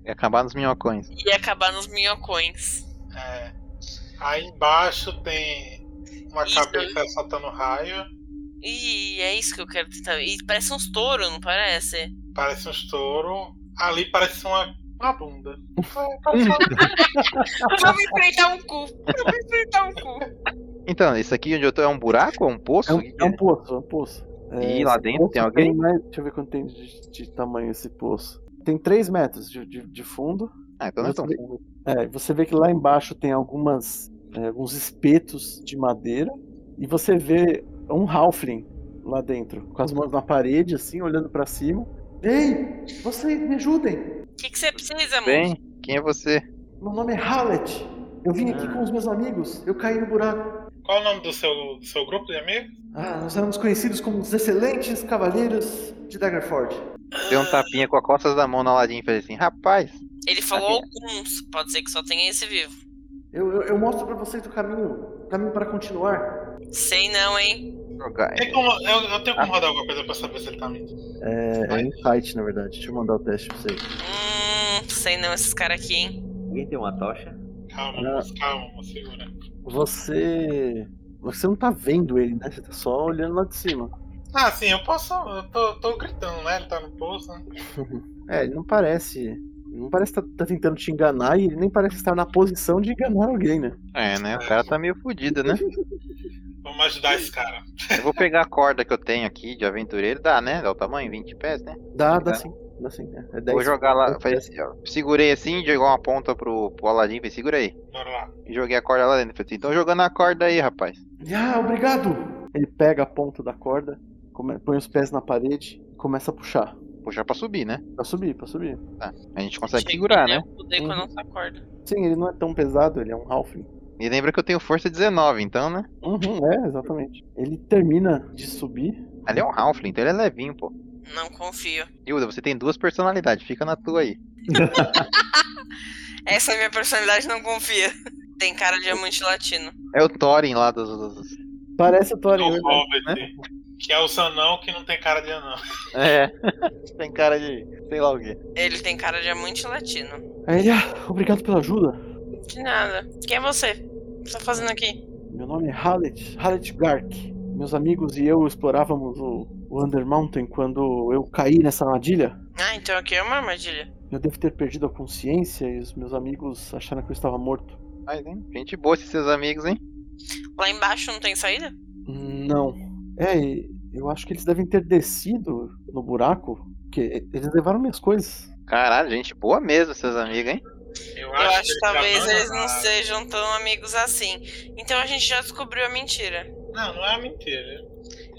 [SPEAKER 1] E É acabar nos minhocões.
[SPEAKER 3] ia acabar nos minhocões.
[SPEAKER 5] é. Aí embaixo tem uma
[SPEAKER 3] Isso.
[SPEAKER 5] cabeça soltando raio,
[SPEAKER 3] E é isso que eu quero tentar. E parece uns touros, não parece?
[SPEAKER 5] parece um estouro. Ali parece uma, uma bunda.
[SPEAKER 4] Um
[SPEAKER 3] Vamos enfrentar um cu. Vamos enfrentar um cu.
[SPEAKER 1] Então, isso aqui onde eu tô é um buraco? É um poço?
[SPEAKER 4] É um,
[SPEAKER 1] O que que
[SPEAKER 4] é um poço, é um poço. É,
[SPEAKER 1] Ih, lá
[SPEAKER 4] esse
[SPEAKER 1] dentro
[SPEAKER 4] poço
[SPEAKER 1] tem alguém?
[SPEAKER 4] mais- deixa eu ver quanto tem de, de tamanho esse poço. Tem 3 metros de, de- de fundo.
[SPEAKER 1] Ah, então não é tão
[SPEAKER 4] Você vê- é, você vê que lá embaixo tem algumas é, alguns espetos de madeira. E você vê um halfling lá dentro, com as mãos na parede, assim, olhando pra cima. Ei, vocês me ajudem!
[SPEAKER 3] O que, que você precisa, moço?
[SPEAKER 1] bem. Quem é você?
[SPEAKER 4] Meu nome é Hallet. Eu vim aqui com os meus amigos. Eu caí no buraco.
[SPEAKER 5] Qual o nome do seu, do seu grupo de amigos?
[SPEAKER 7] Ah, nós éramos conhecidos como os excelentes cavaleiros de Daggerford.
[SPEAKER 1] Deu um tapinha com as costas da mão na ladinha e fez assim, rapaz,
[SPEAKER 3] Ele falou alguns, pode ser que só tenha esse vivo.
[SPEAKER 7] Eu, eu, eu mostro pra vocês o caminho, o caminho para continuar.
[SPEAKER 3] Sei não, hein?
[SPEAKER 1] jogar.
[SPEAKER 5] Tem como- É eu, eu
[SPEAKER 4] Ah.
[SPEAKER 5] tenho como rodar alguma coisa pra saber se ele tá mentindo.
[SPEAKER 7] É, é insight, na verdade. Deixa eu mandar o teste pra vocês.
[SPEAKER 3] Hum, sei não esses caras aqui, hein?
[SPEAKER 2] Alguém tem uma tocha?
[SPEAKER 5] Calma,
[SPEAKER 4] Não.
[SPEAKER 5] moço, calma, moço, segura.
[SPEAKER 4] Você. Você não tá vendo ele, né? Você tá só olhando lá de cima.
[SPEAKER 5] Ah, sim, eu posso. Eu tô, tô gritando, né? Ele tá no poço, né?
[SPEAKER 4] É, ele não parece. Não parece estar tentando te enganar e ele nem parece estar na posição de enganar alguém, né?
[SPEAKER 1] É, né? O cara tá meio fudido, né?
[SPEAKER 5] Vamos ajudar esse cara.
[SPEAKER 1] Eu vou pegar a corda que eu tenho aqui de aventureiro, dá, né? Dá o tamanho, 20 pés, né?
[SPEAKER 4] Dá,
[SPEAKER 1] Tá.
[SPEAKER 4] dá sim. Dá sim. É, é 10.
[SPEAKER 1] Vou jogar lá,
[SPEAKER 4] dez
[SPEAKER 1] faz assim, ó. segurei assim, jogou uma ponta pro, pro Aladim, falei, segura aí.
[SPEAKER 5] Bora lá.
[SPEAKER 1] E joguei a corda lá dentro, falei assim, então jogando a corda aí, rapaz.
[SPEAKER 7] Ele, Ah, obrigado!
[SPEAKER 4] Ele pega a ponta da corda, come- põe os pés na parede e começa a puxar.
[SPEAKER 1] Puxar pra subir, né?
[SPEAKER 4] Pra subir, pra subir.
[SPEAKER 1] A gente consegue segurar, né?
[SPEAKER 3] Mudei quando eu não acorda.
[SPEAKER 4] Sim, ele não é tão pesado, ele é um halfling.
[SPEAKER 1] E lembra que eu tenho força 19, então, né?
[SPEAKER 4] Uhum, é, exatamente. Ele termina de subir.
[SPEAKER 1] Ali é um Halfling, então ele é levinho, pô.
[SPEAKER 3] Não confio.
[SPEAKER 1] Hilda, você tem duas personalidades, fica na tua aí.
[SPEAKER 3] Essa é a minha personalidade, não confia. Tem cara de diamante latino.
[SPEAKER 1] É o Thorin lá dos. dos- dos-
[SPEAKER 4] Parece o Thorin,
[SPEAKER 5] O
[SPEAKER 4] né?
[SPEAKER 5] Hobbit. Que é o Sanão que não tem cara de anão.
[SPEAKER 1] É. tem cara de. sei lá o quê.
[SPEAKER 3] Ele tem cara de diamante latino.
[SPEAKER 4] Aí ele, ah, obrigado pela ajuda.
[SPEAKER 3] De nada. Quem é você? O que você tá fazendo aqui?
[SPEAKER 4] Meu nome é Hallet, Hallet Gark. Meus amigos e eu explorávamos o, o Under Mountain quando eu caí nessa armadilha.
[SPEAKER 3] Ah, então aqui é uma armadilha.
[SPEAKER 4] Eu devo ter perdido a consciência e os meus amigos acharam que eu estava morto.
[SPEAKER 1] Mas, hein? Gente boa esses seus amigos, hein?
[SPEAKER 3] Lá embaixo não tem saída?
[SPEAKER 4] Não. É, e eu acho que eles devem ter descido no buraco, porque eles levaram minhas coisas.
[SPEAKER 1] Caralho, gente boa mesmo, seus amigos, hein?
[SPEAKER 5] Eu
[SPEAKER 3] Eu acho que
[SPEAKER 5] ele tá
[SPEAKER 3] talvez eles não
[SPEAKER 5] abandonado.
[SPEAKER 3] sejam tão amigos assim. Então a gente já descobriu a mentira.
[SPEAKER 5] Não, não é mentira.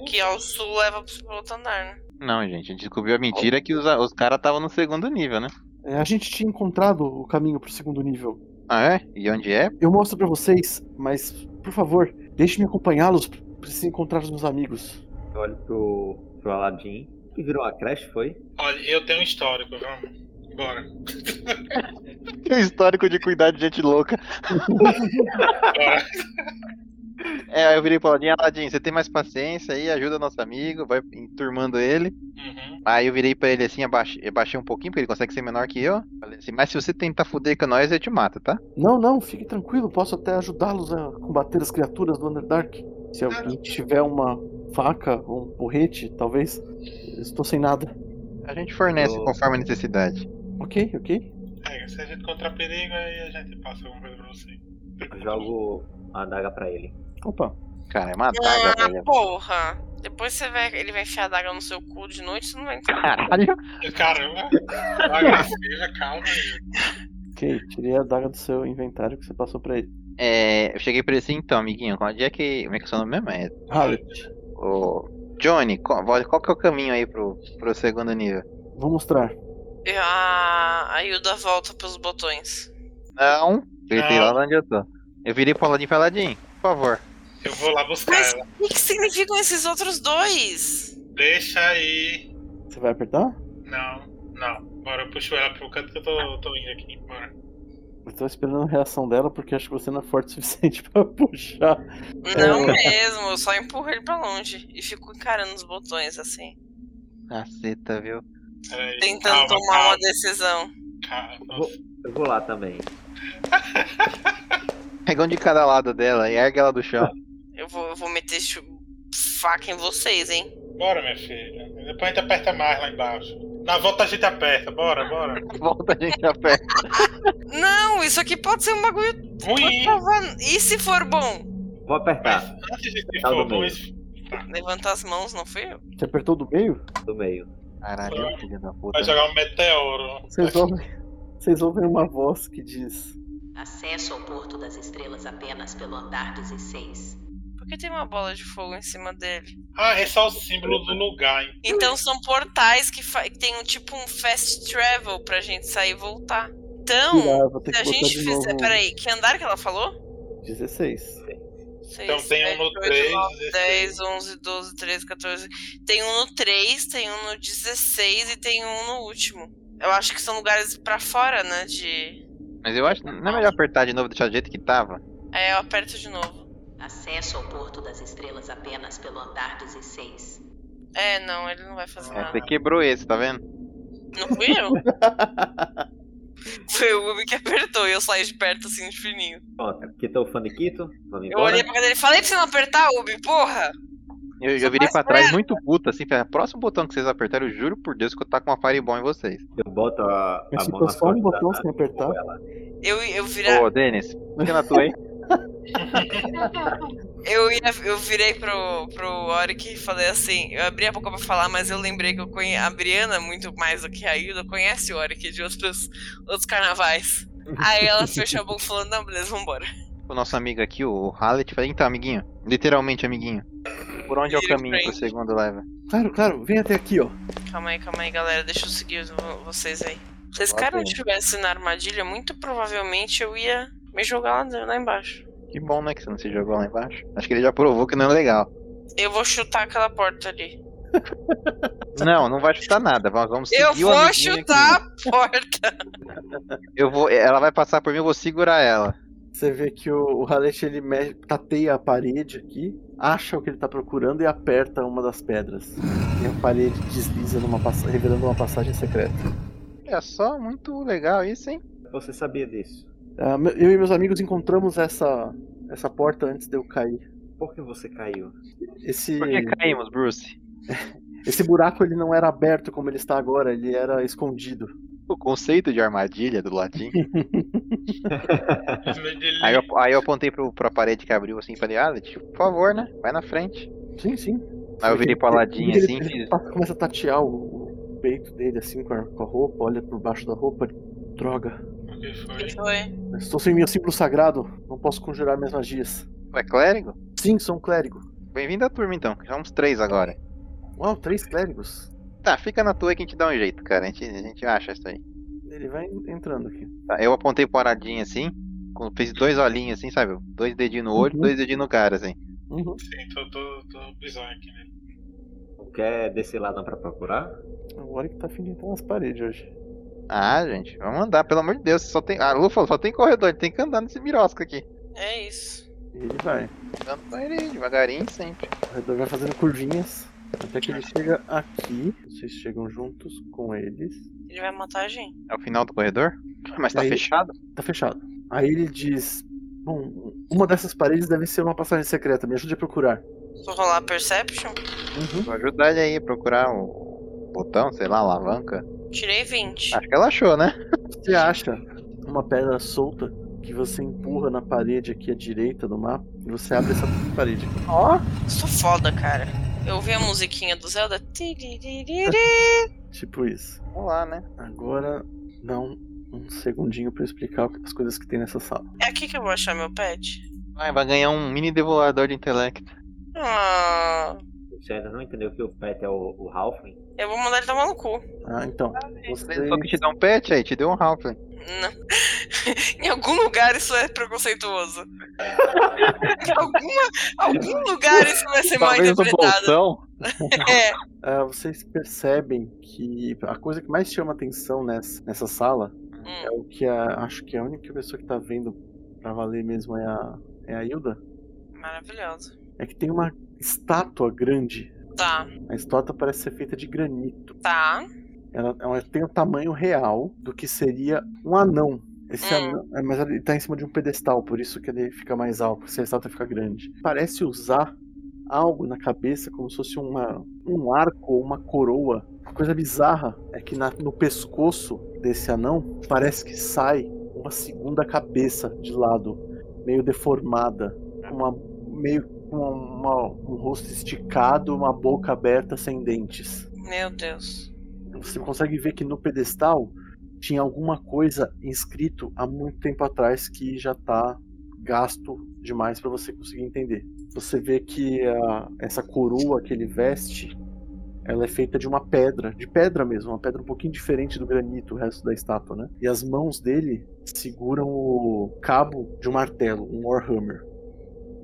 [SPEAKER 3] Que ao sul leva pro outro andar, né?
[SPEAKER 1] Não, gente, a gente descobriu a mentira que os, os caras estavam no segundo nível, né?
[SPEAKER 4] É, a gente tinha encontrado o caminho pro segundo nível.
[SPEAKER 1] Ah, é? E onde é?
[SPEAKER 4] Eu mostro pra vocês, mas por favor, deixe-me acompanhá-los. Preciso encontrar os meus amigos.
[SPEAKER 2] Eu olho pro, pro Aladdin, que virou a creche, foi?
[SPEAKER 5] Olha, eu tenho um histórico, vamos. Bora.
[SPEAKER 1] Tem um histórico de cuidar de gente louca.
[SPEAKER 5] Bora.
[SPEAKER 1] É, aí eu virei pro Aladim, Aladim, você tem mais paciência aí, ajuda nosso amigo, vai enturmando ele.
[SPEAKER 5] Uhum.
[SPEAKER 1] Aí eu virei pra ele assim, abaixei, abaixei um pouquinho, porque ele consegue ser menor que eu. Falei assim, mas se você tentar fuder com nós, eu te mato, tá?
[SPEAKER 4] Não, não, fique tranquilo, posso até ajudá-los a combater as criaturas do Underdark. Se alguém tiver uma faca ou um porrete, talvez. Estou sem nada.
[SPEAKER 1] A gente fornece
[SPEAKER 2] Eu-
[SPEAKER 1] conforme a necessidade.
[SPEAKER 4] Ok, ok.
[SPEAKER 5] É, se a gente encontrar perigo, aí a gente passa alguma coisa pra você.
[SPEAKER 2] Eu jogo a adaga pra ele.
[SPEAKER 4] Opa.
[SPEAKER 1] Cara, é uma adaga,
[SPEAKER 3] Ah,
[SPEAKER 1] velho.
[SPEAKER 3] porra. Depois você vai, ele vai enfiar a daga no seu cu de noite, você não vai entender.
[SPEAKER 1] Caralho.
[SPEAKER 5] Caramba, agressiva, calma aí.
[SPEAKER 4] Ok, tirei a daga do seu inventário que você passou pra ele.
[SPEAKER 1] É, eu cheguei pra ele assim, então, amiguinho, onde é que. Como é que é o seu nome mesmo? É,
[SPEAKER 4] Hallet,
[SPEAKER 1] o... Johnny, qual, qual que é o caminho aí pro, pro segundo nível?
[SPEAKER 4] vou mostrar.
[SPEAKER 3] E a, a Hilda volta pelos botões.
[SPEAKER 1] Não, gritei
[SPEAKER 5] Não.
[SPEAKER 1] lá onde eu tô. Eu virei pro Aladim e falei, Aladim, por favor.
[SPEAKER 5] Eu vou lá buscar
[SPEAKER 3] Mas-
[SPEAKER 5] ela.
[SPEAKER 3] O que, que significam esses outros dois?
[SPEAKER 5] Deixa aí.
[SPEAKER 4] Você vai apertar?
[SPEAKER 5] Não, não. Bora, eu puxo ela pro canto que eu tô, tô indo aqui. Bora.
[SPEAKER 4] Eu tô esperando a reação dela porque acho que você não é forte o suficiente pra puxar.
[SPEAKER 3] Não mesmo, eu só empurro ele pra longe e fico encarando os botões assim,
[SPEAKER 1] Caceta, viu?
[SPEAKER 5] Peraí.
[SPEAKER 3] tentando
[SPEAKER 5] calma,
[SPEAKER 3] tomar uma
[SPEAKER 5] calma,
[SPEAKER 3] decisão.
[SPEAKER 5] calma.
[SPEAKER 2] Vou- Eu vou lá também.
[SPEAKER 1] Pega um de cada lado dela e ergue ela do chão.
[SPEAKER 3] Eu vou, eu vou meter chu- faca em vocês, hein?
[SPEAKER 5] Bora, minha filha. Depois a gente aperta mais lá embaixo. Na volta a gente aperta. Bora, bora.
[SPEAKER 1] Volta a gente a pé.
[SPEAKER 3] Não, isso aqui pode ser um bagulho.
[SPEAKER 5] Ruim.
[SPEAKER 3] provan- E se for bom?
[SPEAKER 2] Vou
[SPEAKER 5] Mas
[SPEAKER 2] apertar
[SPEAKER 5] antes de que
[SPEAKER 2] Tá
[SPEAKER 5] for
[SPEAKER 2] no meio.
[SPEAKER 5] dois,
[SPEAKER 3] Levanta as mãos, não fui eu?
[SPEAKER 4] Você apertou do meio?
[SPEAKER 2] do meio.
[SPEAKER 1] Caralho, é filho da puta.
[SPEAKER 5] vai jogar um meteoro.
[SPEAKER 4] Vocês ouvem, vocês ouvem uma voz que diz:
[SPEAKER 6] Acesso ao Porto das Estrelas apenas pelo andar 16.
[SPEAKER 3] Por que tem uma bola de fogo em cima dele?
[SPEAKER 5] Ah, esse é o símbolo do lugar. hein?
[SPEAKER 3] Então são portais que, fa- que tem um tipo um fast travel pra gente sair e voltar. Então,
[SPEAKER 4] Tirar, vou ter
[SPEAKER 3] se
[SPEAKER 4] que
[SPEAKER 3] a
[SPEAKER 4] botar
[SPEAKER 3] gente
[SPEAKER 4] de novo. né?
[SPEAKER 3] fizer. Peraí, que andar que ela falou?
[SPEAKER 4] 16.
[SPEAKER 3] 6,
[SPEAKER 5] Então tem um no
[SPEAKER 3] tipo, é
[SPEAKER 5] 3,
[SPEAKER 3] 10, 11, 12, 13, 14. Tem um no 3, tem um no 16 e tem um no último. Eu acho que são lugares pra fora, né? De.
[SPEAKER 1] Mas eu acho. Não é melhor apertar de novo e deixar do jeito que tava?
[SPEAKER 3] É, eu aperto de novo.
[SPEAKER 6] Acesso ao Porto das Estrelas apenas pelo andar 16.
[SPEAKER 3] É, não, ele não vai fazer
[SPEAKER 1] É,
[SPEAKER 3] nada.
[SPEAKER 1] você quebrou esse, tá vendo?
[SPEAKER 3] Não fui eu. Foi o Ubi que apertou e eu saí de perto assim de fininho.
[SPEAKER 2] Pronto, aqui tá o Faniquito. Vamos
[SPEAKER 3] Eu
[SPEAKER 2] embora.
[SPEAKER 3] olhei pra cadeira e falei pra você não apertar, Ubi, porra!
[SPEAKER 1] Eu,
[SPEAKER 3] Só
[SPEAKER 1] eu virei pra
[SPEAKER 3] faz
[SPEAKER 1] trás
[SPEAKER 3] merda.
[SPEAKER 1] muito puto, assim, falei, próximo botão que vocês apertaram, eu juro por Deus que eu tá com uma fireball em vocês.
[SPEAKER 2] Eu boto a, a
[SPEAKER 4] Mas
[SPEAKER 2] mão
[SPEAKER 4] ficou
[SPEAKER 2] nas
[SPEAKER 4] só
[SPEAKER 2] costas
[SPEAKER 4] um botão
[SPEAKER 2] da
[SPEAKER 4] sem
[SPEAKER 2] Nath,
[SPEAKER 4] apertar?
[SPEAKER 2] ou ela-
[SPEAKER 3] Eu, eu, vira,
[SPEAKER 1] Ô, Denis, por que na tua, hein?
[SPEAKER 3] eu, ia, eu virei pro, pro Oric e falei assim, eu abri a boca pra falar, mas eu lembrei que eu conhe... a Briana, muito mais do que a Hilda, conhece o Oric de outros, outros carnavais. Aí ela fechou a boca falando, não, beleza, vambora.
[SPEAKER 1] O nosso amigo aqui, o Hallet, falei, então, amiguinho, literalmente amiguinho. Por onde é o
[SPEAKER 3] Vira
[SPEAKER 1] caminho
[SPEAKER 3] pra
[SPEAKER 1] pro segundo level?
[SPEAKER 4] Claro, claro, vem até aqui, ó.
[SPEAKER 3] Calma aí, calma aí, galera, deixa eu seguir vo- vocês aí. Se esse
[SPEAKER 1] Tá
[SPEAKER 3] cara não
[SPEAKER 1] bom.
[SPEAKER 3] estivesse na armadilha, muito provavelmente eu ia me jogar lá, lá embaixo.
[SPEAKER 1] Que bom, né, que você não se jogou lá embaixo. Acho que ele já provou que não é legal.
[SPEAKER 3] Eu vou chutar aquela porta ali.
[SPEAKER 1] Não, não vai chutar nada, vamos, vamos seguir
[SPEAKER 3] Eu
[SPEAKER 1] o
[SPEAKER 3] vou
[SPEAKER 1] amiguinho aqui.
[SPEAKER 3] chutar a porta.
[SPEAKER 1] Eu vou, ela vai passar por mim, eu vou segurar ela.
[SPEAKER 4] Você vê que o, o Halech, ele me- tateia a parede aqui, acha o que ele tá procurando e aperta uma das pedras. E a parede desliza numa passa- revelando uma passagem secreta.
[SPEAKER 1] É só muito legal isso, hein?
[SPEAKER 2] Você sabia disso?
[SPEAKER 4] Ah, me- eu e meus amigos encontramos essa, essa porta antes de eu cair.
[SPEAKER 2] Por que você caiu?
[SPEAKER 4] Esse,
[SPEAKER 1] Por que caímos, Bruce?
[SPEAKER 4] esse buraco ele não era aberto como ele está agora, ele era escondido.
[SPEAKER 1] O conceito de armadilha do latim.
[SPEAKER 3] é tipo,
[SPEAKER 5] Ele-
[SPEAKER 1] Aí eu, aí eu apontei pro, pra parede que abriu assim e falei, ah, Leti, por favor, né? Vai na frente.
[SPEAKER 4] Sim, sim.
[SPEAKER 1] Aí eu virei pra ladinha
[SPEAKER 4] Ele-
[SPEAKER 1] assim
[SPEAKER 4] ele
[SPEAKER 1] fiz.
[SPEAKER 4] pa- começa a tatear o, o peito dele assim com a, com a roupa, olha por baixo da roupa. ele, Droga,
[SPEAKER 5] O que foi?
[SPEAKER 3] Que foi?
[SPEAKER 4] eu estou sem meu símbolo sagrado, não posso conjurar minhas magias.
[SPEAKER 1] É clérigo?
[SPEAKER 4] Sim, sou um clérigo.
[SPEAKER 1] Bem-vindo à turma então, que somos três agora.
[SPEAKER 4] Uau, três clérigos.
[SPEAKER 1] Tá, fica na tua aí que a gente dá um jeito, cara. A gente, a gente acha isso aí.
[SPEAKER 4] Ele vai entrando aqui.
[SPEAKER 1] Tá, eu apontei pra paradinha assim, com- fiz dois olhinhos assim, sabe? Dois dedinhos no olho,
[SPEAKER 4] Uhum.
[SPEAKER 1] dois dedinhos no cara, assim.
[SPEAKER 4] Uhum.
[SPEAKER 5] Sim, tô, tô, tô bizonho aqui, né?
[SPEAKER 2] Quer descer lá não pra procurar?
[SPEAKER 4] Agora que tá afim de entrar nas paredes hoje.
[SPEAKER 1] Ah, gente, vamos andar, pelo amor de Deus. Só tem... A Lu falou, só tem corredor, a gente tem que andar nesse birosca aqui.
[SPEAKER 3] É isso.
[SPEAKER 4] Ele vai.
[SPEAKER 1] Andando com ele devagarinho sempre.
[SPEAKER 4] O corredor vai fazendo curvinhas. Até que ele chega aqui. Vocês chegam juntos com eles.
[SPEAKER 3] Ele vai matar a gente.
[SPEAKER 1] É o final do corredor? Mas tá
[SPEAKER 4] Aí-
[SPEAKER 1] fechado?
[SPEAKER 4] Tá fechado. Aí ele diz: Bom, uma dessas paredes deve ser uma passagem secreta. Me ajude a procurar.
[SPEAKER 3] Vou rolar Perception.
[SPEAKER 4] Uhum.
[SPEAKER 1] Vou ajudar ele aí a procurar o botão, sei lá, alavanca.
[SPEAKER 3] Tirei 20.
[SPEAKER 1] Acho que ela achou, né?
[SPEAKER 4] Você acha uma pedra solta que você empurra na parede aqui à direita do mapa e você abre essa parede.
[SPEAKER 3] Ó. Sou foda, cara. Eu ouvi a musiquinha do Zelda. Tiririri.
[SPEAKER 4] Tipo isso.
[SPEAKER 1] Vamos lá, né?
[SPEAKER 4] Agora, dá um, um segundinho pra eu explicar o que- as coisas que tem nessa sala.
[SPEAKER 3] É aqui que eu vou achar meu pet?
[SPEAKER 1] Vai, vai ganhar um mini devorador de intelecto.
[SPEAKER 3] Ah,
[SPEAKER 2] Você ainda não entendeu que o pet é o, o Halfling?
[SPEAKER 3] eu vou mandar ele tomar no cu.
[SPEAKER 4] Ah, então.
[SPEAKER 1] Ele falou que
[SPEAKER 4] Vocês,
[SPEAKER 1] te dá um pet aí, te deu um Halfling.
[SPEAKER 3] Não. em algum lugar isso é preconceituoso. em alguma, algum lugar isso vai ser mal interpretado. É.
[SPEAKER 4] ah, vocês percebem que a coisa que mais chama atenção nessa, nessa sala é
[SPEAKER 3] Hum,
[SPEAKER 4] o que a, acho que a única pessoa que tá vendo pra valer mesmo é a, é a Hilda.
[SPEAKER 3] maravilhoso.
[SPEAKER 4] É que tem uma estátua grande.
[SPEAKER 3] Tá,
[SPEAKER 4] A estátua parece ser feita de granito.
[SPEAKER 3] tá.
[SPEAKER 4] Ela, ela tem o tamanho real do que seria um anão. Esse
[SPEAKER 3] Hum.
[SPEAKER 4] anão, é, mas ele tá em cima de um pedestal, por isso que ele fica mais alto, se a estátua fica grande. Parece usar algo na cabeça, como se fosse uma, um arco ou uma coroa. A coisa bizarra é que na- no pescoço desse anão parece que sai uma segunda cabeça de lado, meio deformada, com uma, meio com uma- um rosto esticado, uma boca aberta sem dentes
[SPEAKER 3] Meu Deus.
[SPEAKER 4] você consegue ver que no pedestal tinha alguma coisa inscrito há muito tempo atrás que já tá gasto demais para você conseguir entender. Você vê que a- essa coroa que ele veste, ela é feita de uma pedra, de pedra mesmo, uma pedra um pouquinho diferente do granito, o resto da estátua, né? E as mãos dele seguram o cabo de um martelo, um warhammer.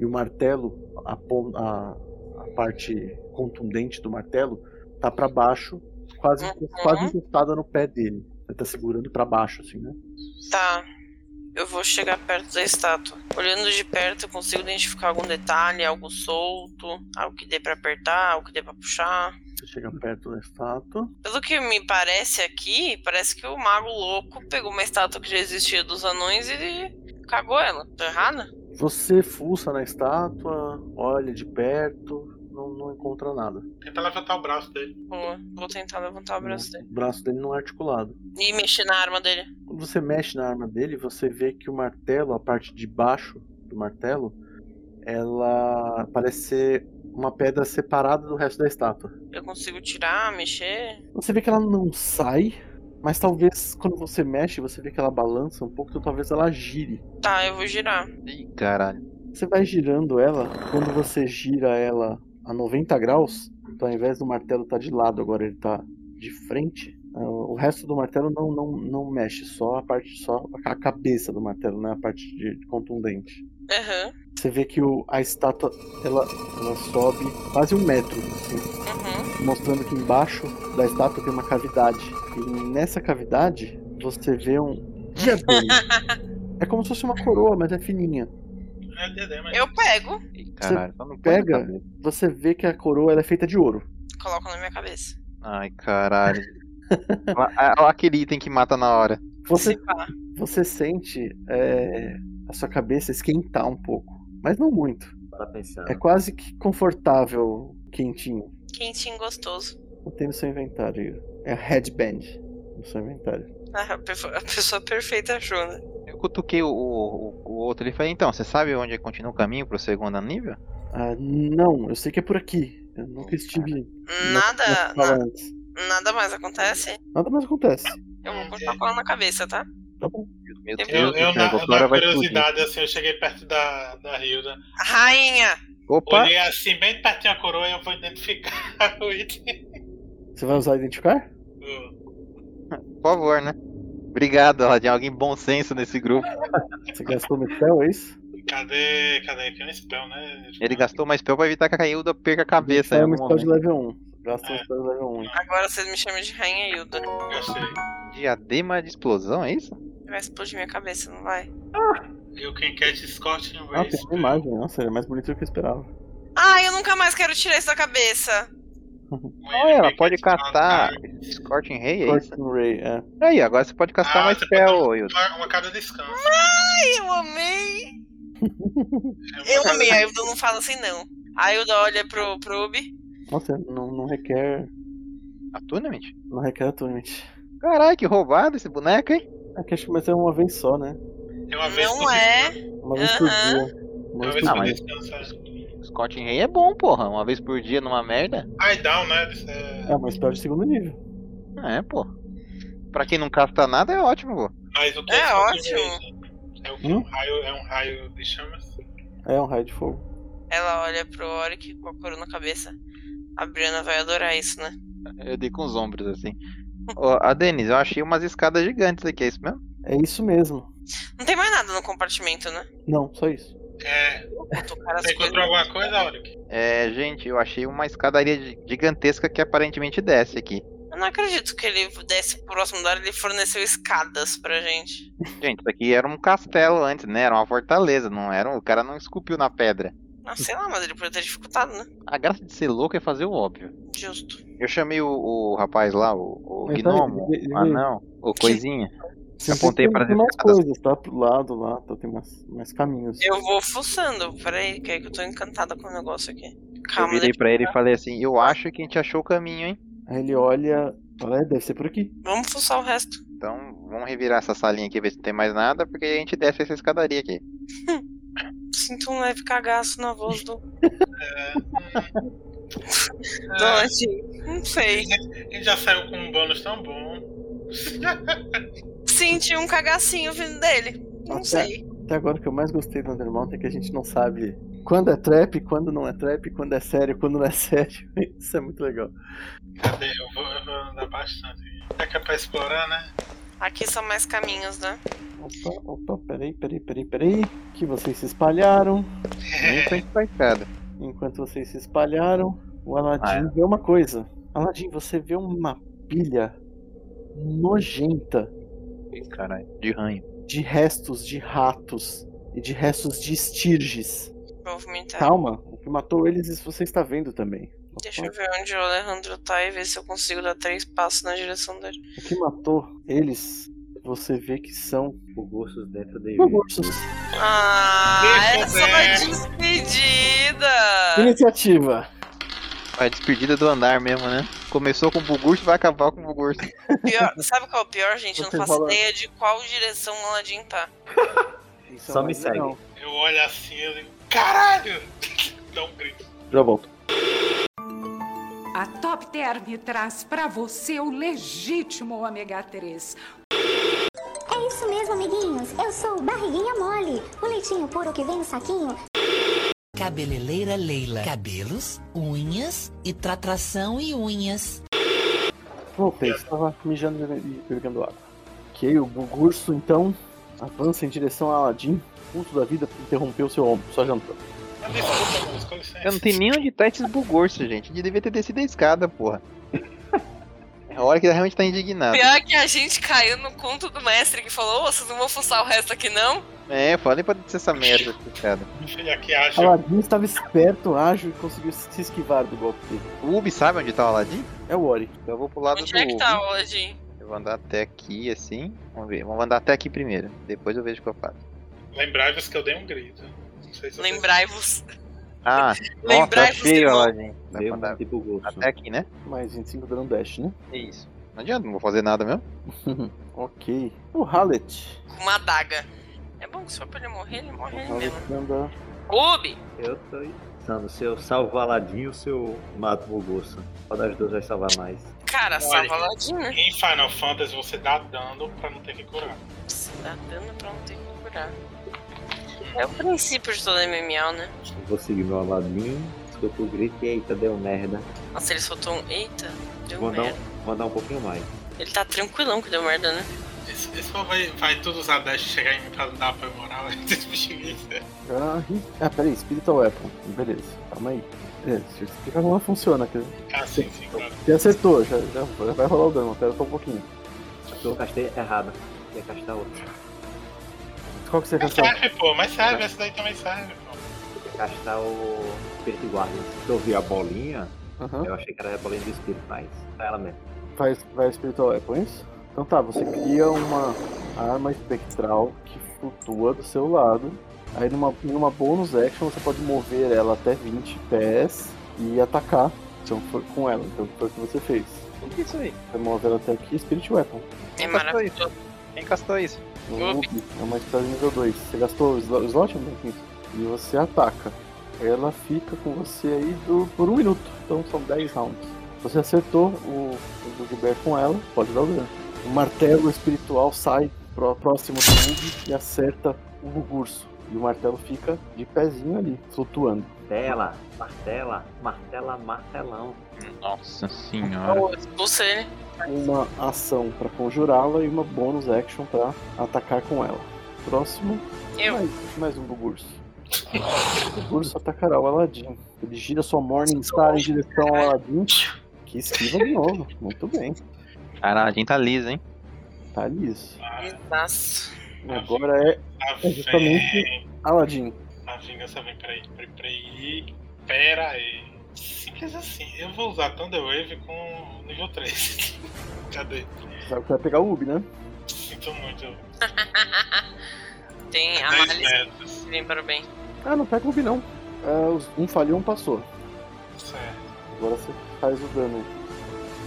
[SPEAKER 4] e o martelo, a, pon- a- a parte contundente do martelo, tá pra baixo, quase, quase encostada no pé dele. Ele tá segurando pra baixo, assim, né?
[SPEAKER 3] Tá. Eu vou chegar perto da estátua. Olhando de perto, eu consigo identificar algum detalhe, algo solto, algo que dê pra apertar, algo que dê pra puxar.
[SPEAKER 4] Você chega perto da estátua.
[SPEAKER 3] Pelo que me parece aqui, parece que o mago louco pegou uma estátua que já existia dos anões e cagou ela. Tô errada?
[SPEAKER 4] Você fuça na estátua, olha de perto, não, não encontra nada.
[SPEAKER 5] Tenta levantar o braço dele.
[SPEAKER 3] Boa. Vou tentar levantar o braço dele.
[SPEAKER 4] O braço dele não é articulado.
[SPEAKER 3] E mexer na arma dele.
[SPEAKER 4] Quando você mexe na arma dele, você vê que o martelo, a parte de baixo do martelo, ela parece ser uma pedra separada do resto da estátua.
[SPEAKER 3] Eu consigo tirar, mexer.
[SPEAKER 4] Você vê que ela não sai, mas talvez quando você mexe, você vê que ela balança um pouco, então talvez ela gire.
[SPEAKER 3] Tá, eu vou girar.
[SPEAKER 1] Ih, caralho.
[SPEAKER 4] Você vai girando ela, quando você gira ela a 90 graus, então ao invés do martelo estar de lado, agora ele tá de frente. é, O resto do martelo não, não, não mexe, só a parte, só a cabeça do martelo, né? A parte de contundente.
[SPEAKER 3] Aham.
[SPEAKER 4] Você vê que o- a estátua ela, ela sobe quase um metro, assim,
[SPEAKER 3] Uhum.
[SPEAKER 4] mostrando que embaixo da estátua tem uma cavidade. E nessa cavidade você vê um diadema. é como se fosse uma coroa, mas é fininha.
[SPEAKER 5] É diadema.
[SPEAKER 3] Eu pego,
[SPEAKER 1] Ih, caralho. Só não põe na
[SPEAKER 4] Pega,
[SPEAKER 1] cabeça.
[SPEAKER 4] você vê que a coroa ela é feita de ouro.
[SPEAKER 3] coloco na minha cabeça.
[SPEAKER 1] Ai, caralho. Olha lá- olha lá aquele item que mata na hora.
[SPEAKER 4] Você,
[SPEAKER 3] Se pá.
[SPEAKER 4] você sente é, a sua cabeça esquentar um pouco, mas não muito.
[SPEAKER 2] Para pensar.
[SPEAKER 4] É quase que confortável, quentinho.
[SPEAKER 3] Quentinho gostoso.
[SPEAKER 4] Não tem no seu inventário. É headband no seu inventário.
[SPEAKER 3] Ah, a perfo- a pessoa perfeita achou, né?
[SPEAKER 1] Eu cutuquei o, o, o outro ali e falei, então, você sabe onde continua o caminho pro segundo nível?
[SPEAKER 4] Ah, não, eu sei que é por aqui. Eu nunca estive. na-
[SPEAKER 3] Nada,
[SPEAKER 4] na sala antes.
[SPEAKER 3] na- nada mais acontece.
[SPEAKER 4] Nada mais acontece.
[SPEAKER 3] Eu vou cortar cola na cabeça, tá?
[SPEAKER 4] Tá bom.
[SPEAKER 1] Meu
[SPEAKER 3] Eu-
[SPEAKER 1] Deus,
[SPEAKER 5] Eu,
[SPEAKER 1] do
[SPEAKER 5] eu,
[SPEAKER 1] céu,
[SPEAKER 5] na,
[SPEAKER 1] agora
[SPEAKER 5] na
[SPEAKER 1] vai explodir.
[SPEAKER 5] curiosidade, assim, eu cheguei perto da, da Hilda.
[SPEAKER 3] Rainha!
[SPEAKER 1] Opa!
[SPEAKER 5] Olhei assim, bem pertinho a coroa e eu vou identificar o item.
[SPEAKER 4] Você vai usar identificar?
[SPEAKER 1] Por favor, né? Obrigado, Aladim. Alguém bom senso nesse grupo.
[SPEAKER 4] Você gastou metal, é isso?
[SPEAKER 5] Cadê? Cadê? Que é um spell, né?
[SPEAKER 1] Ele gastou mais spell pra evitar que a Cailda perca a cabeça.
[SPEAKER 4] Identificar
[SPEAKER 1] em
[SPEAKER 4] é um
[SPEAKER 1] algum
[SPEAKER 4] spell
[SPEAKER 1] momento.
[SPEAKER 4] de level 1. Gasta um spell de level 1.
[SPEAKER 3] Agora vocês me chamam de Rainha Hilda.
[SPEAKER 5] Gastei.
[SPEAKER 1] Diadema de explosão, é isso?
[SPEAKER 3] Vai explodir minha cabeça, não vai?
[SPEAKER 5] E o Kincat Scott em
[SPEAKER 4] Ah, tem
[SPEAKER 5] Race.
[SPEAKER 4] uma imagem. Nossa, ele é mais bonito do que eu esperava.
[SPEAKER 3] Ai, eu nunca mais quero tirar isso da cabeça.
[SPEAKER 1] Olha, ela pode
[SPEAKER 5] Ah,
[SPEAKER 1] catar Scorching Ray, é isso?
[SPEAKER 4] Fortune Ray, é.
[SPEAKER 1] Aí, agora você pode castar
[SPEAKER 5] Ah,
[SPEAKER 1] mais
[SPEAKER 5] você
[SPEAKER 1] spell, Hilda.
[SPEAKER 5] Uma, é uma cada descanso.
[SPEAKER 3] Ai, eu amei!
[SPEAKER 5] É uma
[SPEAKER 3] Eu
[SPEAKER 5] cada-
[SPEAKER 3] amei, a Hilda não fala assim não. A Hilda olha pro, pro Ubi.
[SPEAKER 4] Nossa, não, não requer.
[SPEAKER 1] Attunement?
[SPEAKER 4] Não requer atualmente.
[SPEAKER 1] Caralho, que roubado esse boneco, hein?
[SPEAKER 4] É que acho que vai ser uma vez só, né?
[SPEAKER 5] É uma vez
[SPEAKER 3] Não
[SPEAKER 5] por
[SPEAKER 3] é.
[SPEAKER 4] Uma vez por
[SPEAKER 3] Aham.
[SPEAKER 4] dia.
[SPEAKER 5] É
[SPEAKER 4] Uma
[SPEAKER 5] uma
[SPEAKER 4] vez
[SPEAKER 5] vez
[SPEAKER 4] por
[SPEAKER 1] Não,
[SPEAKER 5] por
[SPEAKER 1] mas-
[SPEAKER 4] dia.
[SPEAKER 5] descanso. acho.
[SPEAKER 1] Scorching Ray é bom, porra. Uma vez por dia numa merda.
[SPEAKER 5] Ai, down, né? Isso é-
[SPEAKER 4] É uma spell de segundo nível.
[SPEAKER 1] É, pô. Pra quem não casta nada, é ótimo, pô.
[SPEAKER 5] Mas o que
[SPEAKER 3] É
[SPEAKER 5] Scott
[SPEAKER 3] ótimo.
[SPEAKER 5] Race, né? É o que?
[SPEAKER 4] Hum?
[SPEAKER 5] Um raio, é um raio de chamas.
[SPEAKER 4] É um raio de fogo.
[SPEAKER 3] Ela olha pro Oric com a coroa na cabeça. A Brianna vai adorar isso, né?
[SPEAKER 1] Eu dei com os ombros, assim. Ó, a Denise, eu achei umas escadas gigantes aqui, é isso mesmo?
[SPEAKER 4] É isso mesmo.
[SPEAKER 3] Não tem mais nada no compartimento, né?
[SPEAKER 4] Não, só isso.
[SPEAKER 5] É.
[SPEAKER 3] Botou cara as
[SPEAKER 5] Você encontrou
[SPEAKER 3] coisas.
[SPEAKER 5] alguma coisa, Auric?
[SPEAKER 1] É, gente, eu achei uma escadaria gi- gigantesca que aparentemente desce aqui.
[SPEAKER 3] Eu não acredito que ele desse pro próximo andar, ele forneceu escadas pra gente.
[SPEAKER 1] Gente, isso aqui era um castelo antes, né? Era uma fortaleza, não era? um- O cara não esculpiu na pedra.
[SPEAKER 3] Ah, sei lá, mas ele poderia ter dificultado, né?
[SPEAKER 1] A graça de ser louco é fazer o óbvio.
[SPEAKER 3] Justo.
[SPEAKER 1] Eu chamei o, o rapaz lá, o, o
[SPEAKER 4] Ele tá aí,
[SPEAKER 1] gnomo,
[SPEAKER 4] ele- ele
[SPEAKER 1] o
[SPEAKER 4] veio.
[SPEAKER 1] anão, o coisinha.
[SPEAKER 4] Sim,
[SPEAKER 1] Apontei
[SPEAKER 4] tem-
[SPEAKER 1] para as
[SPEAKER 4] tem mais
[SPEAKER 1] escadas.
[SPEAKER 4] coisas, tá? Pro lado lá, tá? Tem mais, mais caminhos.
[SPEAKER 3] Eu vou fuçando. Peraí, que é que eu tô encantada com o negócio aqui.
[SPEAKER 1] Eu
[SPEAKER 3] Calma,
[SPEAKER 1] virei
[SPEAKER 3] deixa-
[SPEAKER 1] pra ele e falei assim: Eu acho que a gente achou o caminho, hein?
[SPEAKER 4] Aí ele olha, fala, é, deve ser por aqui.
[SPEAKER 3] Vamos fuçar o resto.
[SPEAKER 1] Então vamos revirar essa salinha aqui, ver se não tem mais nada, porque a gente desce essa escadaria aqui.
[SPEAKER 3] Sinto um leve cagaço na voz do. do
[SPEAKER 5] É,
[SPEAKER 3] Andy. Não sei.
[SPEAKER 5] a gente já saiu com um bônus tão bom.
[SPEAKER 3] Senti um cagacinho vindo dele. Não
[SPEAKER 4] Até-
[SPEAKER 3] sei.
[SPEAKER 4] Até agora o que eu mais gostei do Undermount é que a gente não sabe quando é trap, quando não é trap, quando é sério, quando não é sério. Isso é muito legal.
[SPEAKER 5] Cadê? Eu vou, eu vou andar bastante. É que é pra explorar, né?
[SPEAKER 3] Aqui são mais caminhos, né?
[SPEAKER 4] Opa, opa, peraí, peraí, peraí, peraí. Que vocês se espalharam.
[SPEAKER 1] Nem tem pancada.
[SPEAKER 4] Enquanto vocês se espalharam, o
[SPEAKER 2] Ah, é.
[SPEAKER 4] Aladim vê uma coisa. Aladim, você vê uma pilha nojenta
[SPEAKER 1] Ih, Caralho, de ranho.
[SPEAKER 4] de restos de ratos e de restos de estirges.
[SPEAKER 3] Vou vomitar.
[SPEAKER 4] Calma, o que matou eles você está vendo também.
[SPEAKER 3] Deixa eu ver onde o Alejandro tá e ver se eu consigo dar três passos na direção dele.
[SPEAKER 4] O que matou eles, você vê que são
[SPEAKER 2] tipo, Ursos dentro de.
[SPEAKER 4] ursos.
[SPEAKER 3] Ah,
[SPEAKER 5] Deixa eu
[SPEAKER 3] essa é
[SPEAKER 5] ver.
[SPEAKER 3] uma despedida!
[SPEAKER 4] Iniciativa.
[SPEAKER 1] A despedida do andar mesmo, né? Começou com o Bugurso, vai acabar com o Bugurso.
[SPEAKER 3] Pior- sabe qual é o pior, gente? Eu não
[SPEAKER 4] Você
[SPEAKER 3] faço
[SPEAKER 4] fala-
[SPEAKER 3] ideia de qual direção o Aladim tá.
[SPEAKER 4] Então,
[SPEAKER 2] Só me
[SPEAKER 4] mas
[SPEAKER 2] segue.
[SPEAKER 4] não.
[SPEAKER 5] Eu olho assim e digo, caralho! Dá um grito.
[SPEAKER 4] Já volto.
[SPEAKER 8] A Top Term traz para você o legítimo ômega 3.
[SPEAKER 9] É isso mesmo, amiguinhos. Eu sou o Barriguinha Mole, o leitinho puro que vem no saquinho.
[SPEAKER 10] Cabeleireira Leila. Cabelos, unhas e tratação e unhas.
[SPEAKER 4] Voltei, estava mijando e bebendo água. Ok, o Gugurso então avança em direção a Aladim. O pulso da vida interrompeu seu ombro, só jantou.
[SPEAKER 5] Ah, Desculpa, moço, com licença.
[SPEAKER 1] Eu não tenho nem onde tá esses Bugurso, gente. Ele devia ter descido a escada, porra. É a hora que ele realmente tá indignado.
[SPEAKER 3] Pior que a gente caiu no conto do mestre que falou: Ô, vocês não vão fuçar o resto aqui, não?
[SPEAKER 1] É, falei pra descer essa merda aqui, cara.
[SPEAKER 5] Filha aqui acha.
[SPEAKER 4] Aladim estava esperto, ágil e conseguiu se esquivar do golpe dele.
[SPEAKER 1] O Ubi sabe onde tá o Aladim?
[SPEAKER 4] É o Ori.
[SPEAKER 1] Então eu vou pro lado
[SPEAKER 3] Onde
[SPEAKER 1] do
[SPEAKER 3] é que
[SPEAKER 1] Ubi.
[SPEAKER 3] tá o Aladim?
[SPEAKER 1] Eu vou andar até aqui, assim. Vamos ver. Vamos andar até aqui primeiro. Depois eu vejo o que eu faço.
[SPEAKER 5] Lembrai-vos que eu dei um grito. Não sei se eu
[SPEAKER 3] Lembrai-vos.
[SPEAKER 1] Ah, nossa,
[SPEAKER 3] Lembrai-vos
[SPEAKER 1] achei
[SPEAKER 3] que
[SPEAKER 1] o
[SPEAKER 3] não.
[SPEAKER 1] Aladim. Dá pra
[SPEAKER 2] Deu um
[SPEAKER 1] andar
[SPEAKER 2] tipo urso.
[SPEAKER 1] É Até aqui, né?
[SPEAKER 4] Mais 25 dando dash, né?
[SPEAKER 1] É Isso. Não adianta, não vou fazer nada mesmo.
[SPEAKER 4] Ok. O Hallet.
[SPEAKER 3] Com uma adaga. É bom que se for pra ele morrer, ele
[SPEAKER 4] O
[SPEAKER 3] morre né? ele mesmo.
[SPEAKER 4] Hallet anda.
[SPEAKER 3] Ubi!
[SPEAKER 2] Eu tô pensando, se eu salvo o Aladim ou se eu mato o Urso. Qual das duas vai salvar mais?
[SPEAKER 3] Cara, salva o Aladim, né?
[SPEAKER 5] Em Final Fantasy você dá dano pra não ter que curar.
[SPEAKER 3] Você dá dano Tá pra não ter que curar. É o princípio de todo MMO, né?
[SPEAKER 2] Eu vou seguir meu Aladim, escuto o grito e eita, deu merda.
[SPEAKER 3] Nossa, ele soltou um. Eita, deu
[SPEAKER 2] Vou dar,
[SPEAKER 3] merda.
[SPEAKER 2] um, vou dar um pouquinho mais.
[SPEAKER 3] Ele tá tranquilão que deu merda, né?
[SPEAKER 5] Esse, esse povo vai, vai tudo usar dash e chegar em mim pra dar apoio moral. Esses bichinhos.
[SPEAKER 4] Ah, ri- ah, peraí, Spiritual Weapon. Beleza, calma aí. É, deixa eu explicar como ela funciona. Que
[SPEAKER 5] Ah, sim, sim, claro.
[SPEAKER 4] você acertou, já, já vai rolar o dano, pera só um pouquinho.
[SPEAKER 2] Eu castei errado. Ia castar outra.
[SPEAKER 4] Qual que você
[SPEAKER 5] Mas
[SPEAKER 4] castou?
[SPEAKER 5] serve, pô, mas serve, essa daí também serve, pô.
[SPEAKER 2] Ia castar o Espírito Guardian. Eu vi a bolinha,
[SPEAKER 4] Aham.
[SPEAKER 2] eu achei que era a bolinha do Espírito, mas tá ela mesmo.
[SPEAKER 4] Vai, vai Spiritual Weapon, é isso? Então tá, você cria uma arma espectral que flutua do seu lado. Aí numa, numa bonus action você pode mover ela até 20 pés e atacar então, foi com ela. Então foi o que você fez.
[SPEAKER 1] O que é isso aí?
[SPEAKER 4] Você move ela até aqui, Spirit Weapon.
[SPEAKER 3] É
[SPEAKER 1] Quem castou isso?
[SPEAKER 3] maravilhoso.
[SPEAKER 1] Quem castou é isso?
[SPEAKER 4] Um noob, é uma espada nível 2. Você gastou o slo- o slot, Marquinhos? E você ataca. Ela fica com você aí do- por um minuto. Então são 10 rounds. Você acertou o, o Bugbear com ela, pode dar o dano. O martelo espiritual sai pró- próximo do Bug e acerta o Bugurso. E o martelo fica de pezinho ali, flutuando.
[SPEAKER 2] Martela, martela, martela, martelão.
[SPEAKER 1] Nossa senhora.
[SPEAKER 3] Ou expulsa ele.
[SPEAKER 4] Uma ação pra conjurá-la e uma bônus action pra atacar com ela. Próximo
[SPEAKER 3] Eu.
[SPEAKER 4] Mais, mais um Bugurso. O Bugurso atacará o Aladim. Ele gira sua Morning Star em direção ao Aladim, que esquiva de novo. Muito bem,
[SPEAKER 1] Caralho, a gente tá liso, hein?
[SPEAKER 4] tá liso.
[SPEAKER 3] Nossa.
[SPEAKER 4] E agora é
[SPEAKER 5] A,
[SPEAKER 4] É justamente-
[SPEAKER 5] vem-
[SPEAKER 4] Aladim.
[SPEAKER 5] a vingança vem pra aí, pra, pra aí. Pera aí. Simples assim, eu vou usar Thunder Wave com nível 3. Cadê?
[SPEAKER 4] Sabe que vai pegar o Ubi, né?
[SPEAKER 5] Sinto muito.
[SPEAKER 3] Tem a
[SPEAKER 5] 10
[SPEAKER 3] malícia
[SPEAKER 5] metros.
[SPEAKER 3] que vem para o bem.
[SPEAKER 4] Ah, não pega o Ubi não. Ah, os- um falhou, um passou.
[SPEAKER 5] Certo.
[SPEAKER 4] Agora você faz o dano aí.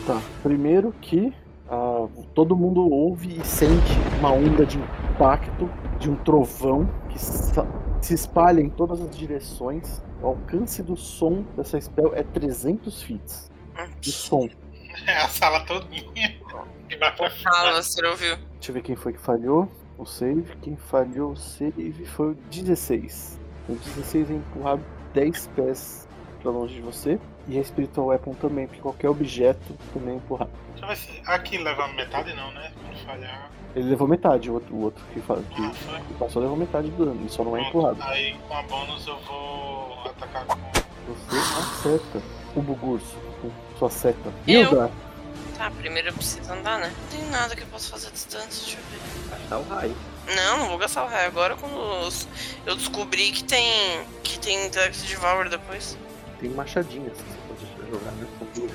[SPEAKER 4] Tá, primeiro que ah, todo mundo ouve e sente uma onda de impacto de um trovão que sa- se espalha em todas as direções. O alcance do som dessa spell é 300 feet de som.
[SPEAKER 5] É a sala todinha. E vai pra
[SPEAKER 3] Ah,
[SPEAKER 2] Tá.
[SPEAKER 5] fora.
[SPEAKER 3] você ouviu?
[SPEAKER 4] Deixa eu ver quem foi que falhou o save. Quem falhou o save foi o 16. O 16 é empurrado 10 pés pra longe de você. E a Spiritual Weapon também, porque qualquer objeto também é empurrado.
[SPEAKER 5] Deixa eu ver se. Aqui leva metade não, né? Quando falhar.
[SPEAKER 4] Ele levou metade, o outro, o outro que, fa-
[SPEAKER 5] Ah,
[SPEAKER 4] que,
[SPEAKER 5] foi.
[SPEAKER 4] que passou levou metade do dano, ele só não é empurrado.
[SPEAKER 5] Pronto. Aí com a bônus eu vou atacar com.
[SPEAKER 4] Você acerta o Bugurso com sua seta.
[SPEAKER 3] Eu?
[SPEAKER 4] Ilda,
[SPEAKER 3] Tá, primeiro eu preciso andar, né? Não tem nada que eu possa fazer à distância, deixa eu ver.
[SPEAKER 2] Gastar Tá o raio.
[SPEAKER 3] Não, não vou gastar o raio. Agora quando os- eu descobri que tem. que tem Intellect Devour depois.
[SPEAKER 4] tem machadinhas que você pode jogar, né? Com duas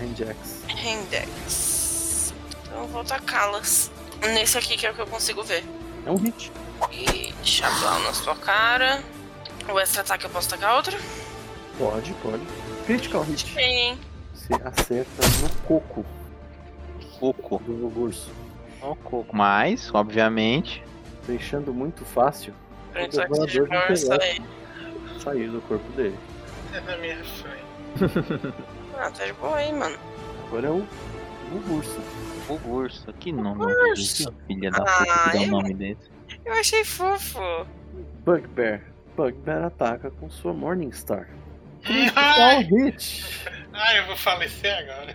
[SPEAKER 4] hand axe.
[SPEAKER 3] Index. Então eu vou tacá-las. Nesse aqui que é o que eu consigo ver.
[SPEAKER 4] É um hit.
[SPEAKER 3] E chablau na sua cara. O extra ataque eu posso tacar outro?
[SPEAKER 4] Pode, pode. Critical hit.
[SPEAKER 3] Sim.
[SPEAKER 4] Você acerta no coco
[SPEAKER 1] Coco.
[SPEAKER 4] do Bugurso,
[SPEAKER 1] No coco. Mas, obviamente,
[SPEAKER 4] deixando muito fácil
[SPEAKER 3] Pra
[SPEAKER 4] Outro
[SPEAKER 3] Intellect
[SPEAKER 4] voador não
[SPEAKER 3] Devour
[SPEAKER 4] pegou.
[SPEAKER 3] sair.
[SPEAKER 4] sair do corpo dele.
[SPEAKER 5] É na minha frente.
[SPEAKER 3] Ah, tá de boa aí, mano.
[SPEAKER 4] Agora é o Bugurso.
[SPEAKER 1] o urso. Que nome
[SPEAKER 3] Urso.
[SPEAKER 1] é Filha da puta
[SPEAKER 3] Ah,
[SPEAKER 1] que dá
[SPEAKER 3] eu-
[SPEAKER 1] um nome desse.
[SPEAKER 3] Eu achei fofo.
[SPEAKER 4] Bugbear. Bugbear ataca com sua Morningstar. Critical hit.
[SPEAKER 5] Ah, eu vou falecer agora.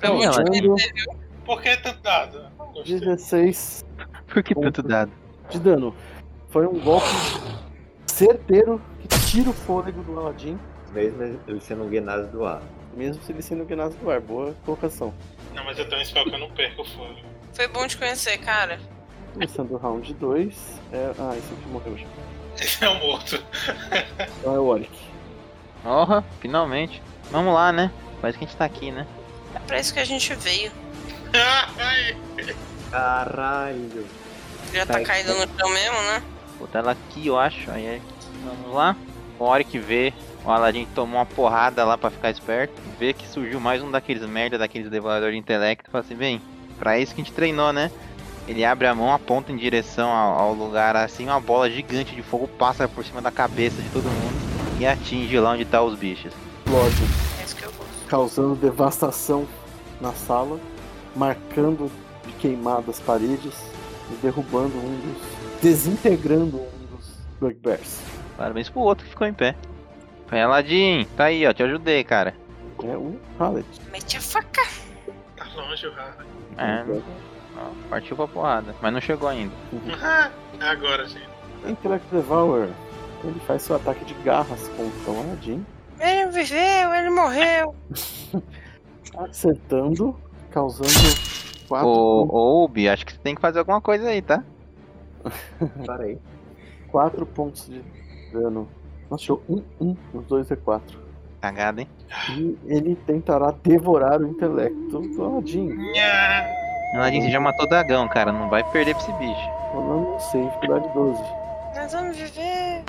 [SPEAKER 3] Pelo
[SPEAKER 1] Sim, ela-
[SPEAKER 3] último
[SPEAKER 4] Dando
[SPEAKER 5] Por que tanto dado? Não gostei.
[SPEAKER 4] 16
[SPEAKER 1] Por que tanto dado?
[SPEAKER 4] de dano. Foi um golpe certeiro que tira o fôlego do Aladdin,
[SPEAKER 2] Mesmo ele sendo um guinado do ar.
[SPEAKER 4] mesmo se ele sendo guinado do ar. Boa colocação.
[SPEAKER 5] Não, mas eu tenho um spell que eu não perco o fogo.
[SPEAKER 3] Foi bom te conhecer, cara.
[SPEAKER 4] Começando o round 2. É... Ah, esse aqui morreu já.
[SPEAKER 5] Esse é o morto.
[SPEAKER 4] Então é o Oric.
[SPEAKER 1] Porra, finalmente. Vamos lá, né? Parece que a gente tá aqui, né?
[SPEAKER 3] É pra isso que a gente veio.
[SPEAKER 5] Ai,
[SPEAKER 2] Caralho!
[SPEAKER 3] Já tá
[SPEAKER 1] Tá,
[SPEAKER 3] caído no chão mesmo, né?
[SPEAKER 1] Botar ela tá aqui, eu acho. Aí, é- vamos lá. A hora que vê, o Aladdin tomou uma porrada lá pra ficar esperto. Vê que surgiu mais um daqueles merda, daqueles devoradores de intelecto. Fala assim, bem, pra isso que a gente treinou, né? Ele abre a mão, aponta em direção ao, ao lugar assim, uma bola gigante de fogo passa por cima da cabeça de todo mundo e atinge lá onde tá os bichos.
[SPEAKER 4] Lorde,
[SPEAKER 3] É isso que eu gosto.
[SPEAKER 4] causando devastação na sala, marcando de queimada as paredes e derrubando um dos. desintegrando um dos Bugbears.
[SPEAKER 1] Parabéns pro outro que ficou em pé. Foi Aladdin, tá aí, ó, te ajudei, cara.
[SPEAKER 4] É o Hallet.
[SPEAKER 3] Mete a faca.
[SPEAKER 5] tá longe o raro.
[SPEAKER 1] É,
[SPEAKER 4] Então,
[SPEAKER 1] ó, partiu pra porrada, mas não chegou ainda.
[SPEAKER 5] É agora, gente.
[SPEAKER 4] Intellect Devourer. Ele faz seu ataque de garras contra o Aladdin.
[SPEAKER 3] Ele viveu, ele morreu.
[SPEAKER 4] acertando, causando 4
[SPEAKER 1] Ô, ô Ubi, acho que você tem que fazer alguma coisa aí, tá?
[SPEAKER 2] Para aí.
[SPEAKER 4] pontos de dano. Nossa, tirou um, um, os dois é 4.
[SPEAKER 1] Cagada, hein?
[SPEAKER 4] E ele tentará devorar o intelecto do Aladdin,
[SPEAKER 5] Nha.
[SPEAKER 1] Aladdin, você já matou o dragão, cara. Não vai perder pra esse bicho.
[SPEAKER 4] rolando um save que dá de 12.
[SPEAKER 3] Nós vamos viver.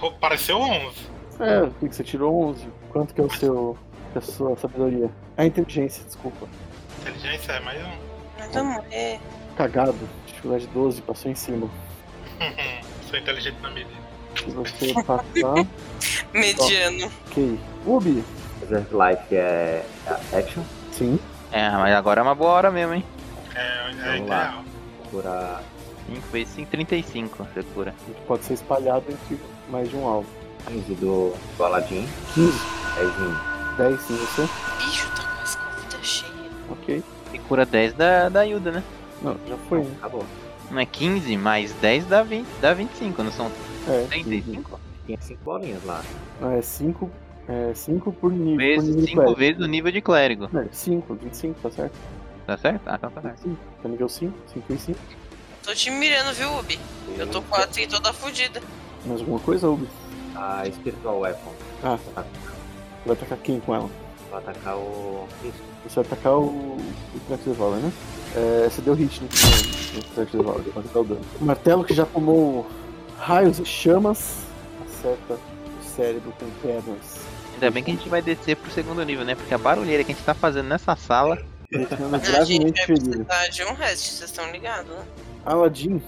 [SPEAKER 5] Oh, Pareceu 11.
[SPEAKER 4] É, o que que você tirou 11. Quanto que é o seu. que é a sua sabedoria? A inteligência, desculpa.
[SPEAKER 5] Inteligência é mais um.
[SPEAKER 3] Nós vamos morrer.
[SPEAKER 4] Cagado, dificuldade 12, passou em cima.
[SPEAKER 5] Sou inteligente na medida.
[SPEAKER 4] Se você passar.
[SPEAKER 3] Mediano.
[SPEAKER 4] ok. Ubi!
[SPEAKER 2] Reserve Life é é action.
[SPEAKER 4] Sim.
[SPEAKER 1] É, mas agora é uma boa hora mesmo, hein?
[SPEAKER 5] É, é
[SPEAKER 2] Vamos lá.
[SPEAKER 5] ideal.
[SPEAKER 2] Curar
[SPEAKER 1] 5 vezes 5, 35. Você cura.
[SPEAKER 4] Ele pode ser espalhado entre mais de um alvo.
[SPEAKER 2] 15 do, do Aladdin.
[SPEAKER 4] 15,
[SPEAKER 2] 10
[SPEAKER 4] 10 em você.
[SPEAKER 3] Bicho, tá com as convidas cheias.
[SPEAKER 4] Ok.
[SPEAKER 1] E cura 10 da, da Yuda, né?
[SPEAKER 4] Não, já foi, né?
[SPEAKER 2] Acabou.
[SPEAKER 1] Não é 15 mais 10 dá, 20, dá 25, não são
[SPEAKER 4] É.
[SPEAKER 1] 35?
[SPEAKER 2] Tinha 5 bolinhas lá.
[SPEAKER 4] Ah, É 5 é cinco por nível. por
[SPEAKER 1] Vezes
[SPEAKER 4] nível
[SPEAKER 1] 5 vezes o nível de clérigo.
[SPEAKER 4] Não, é 5, 25, tá certo?
[SPEAKER 1] Tá certo? Ah, então tá certo.
[SPEAKER 4] 25, é nível 5, 5 e 5.
[SPEAKER 3] Tô te mirando, viu, Ubi? Eu tô com a assim toda fodida.
[SPEAKER 4] Mais alguma coisa, Ubi?
[SPEAKER 2] A Spiritual Weapon.
[SPEAKER 4] Ah, tá. Você vai atacar quem com ela?
[SPEAKER 2] Pra atacar o. Isso.
[SPEAKER 4] Você vai atacar o, o Track Devour, né? É, você deu hit no, no Track Devour, pode dar o dano. O martelo que já tomou raios e chamas acerta o cérebro com pedras.
[SPEAKER 1] Ainda bem que a gente vai descer pro segundo nível, né? Porque a barulheira que a gente tá fazendo nessa sala.
[SPEAKER 4] Deixando
[SPEAKER 3] A Ah, gente é
[SPEAKER 4] gravemente
[SPEAKER 3] vai
[SPEAKER 4] ferido.
[SPEAKER 3] precisar de um rest, vocês estão ligados, né?
[SPEAKER 4] Aladdin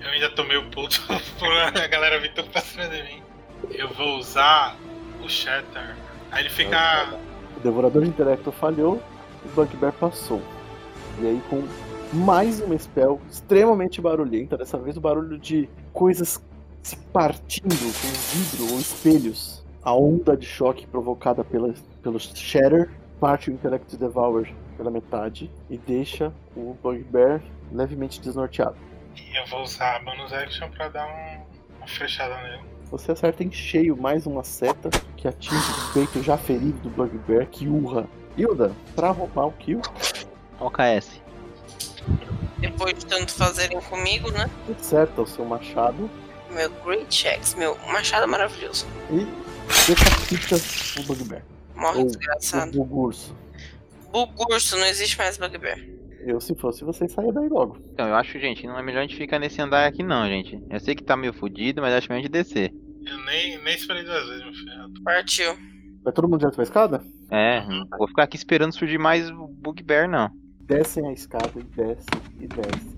[SPEAKER 5] Eu ainda tomei o puto por a galera vir tudo pra cima de mim. Eu vou usar o Shatter. Aí ele fica.
[SPEAKER 4] O Devorador de Intelecto falhou, o Bugbear passou. E aí, com mais uma spell extremamente barulhenta, dessa vez o barulho de coisas se partindo com um vidro ou espelhos. A onda de choque provocada pela, pelo Shatter parte o Intellect Devourer pela metade e deixa o Bugbear levemente desnorteado.
[SPEAKER 5] E eu vou usar a bonus action pra dar um- uma fechada nele.
[SPEAKER 4] Você acerta em cheio mais uma seta que atinge o peito já ferido do Bugbear que urra. Hilda, pra roubar o kill,
[SPEAKER 1] Olha é o KS.
[SPEAKER 3] Depois de tanto fazerem comigo, né?
[SPEAKER 4] acerta o seu machado
[SPEAKER 3] Meu Great Checks, meu machado maravilhoso.
[SPEAKER 4] e decapita o Bugbear.
[SPEAKER 3] Morre
[SPEAKER 4] Ou
[SPEAKER 3] desgraçado.
[SPEAKER 4] o Bugurso.
[SPEAKER 3] Bugurso, não existe mais Bugbear.
[SPEAKER 4] Eu, se fosse você, saia daí logo.
[SPEAKER 1] Então, eu acho, gente, não é melhor a gente ficar nesse andar aqui não, gente. Eu sei que tá meio fudido, mas acho melhor a gente descer.
[SPEAKER 5] Eu nem, nem esperei duas vezes, meu filho.
[SPEAKER 3] Partiu.
[SPEAKER 4] Vai todo mundo direto pra escada?
[SPEAKER 1] É, não vou ficar aqui esperando surgir mais o Bugbear, não.
[SPEAKER 4] Descem a escada e descem e descem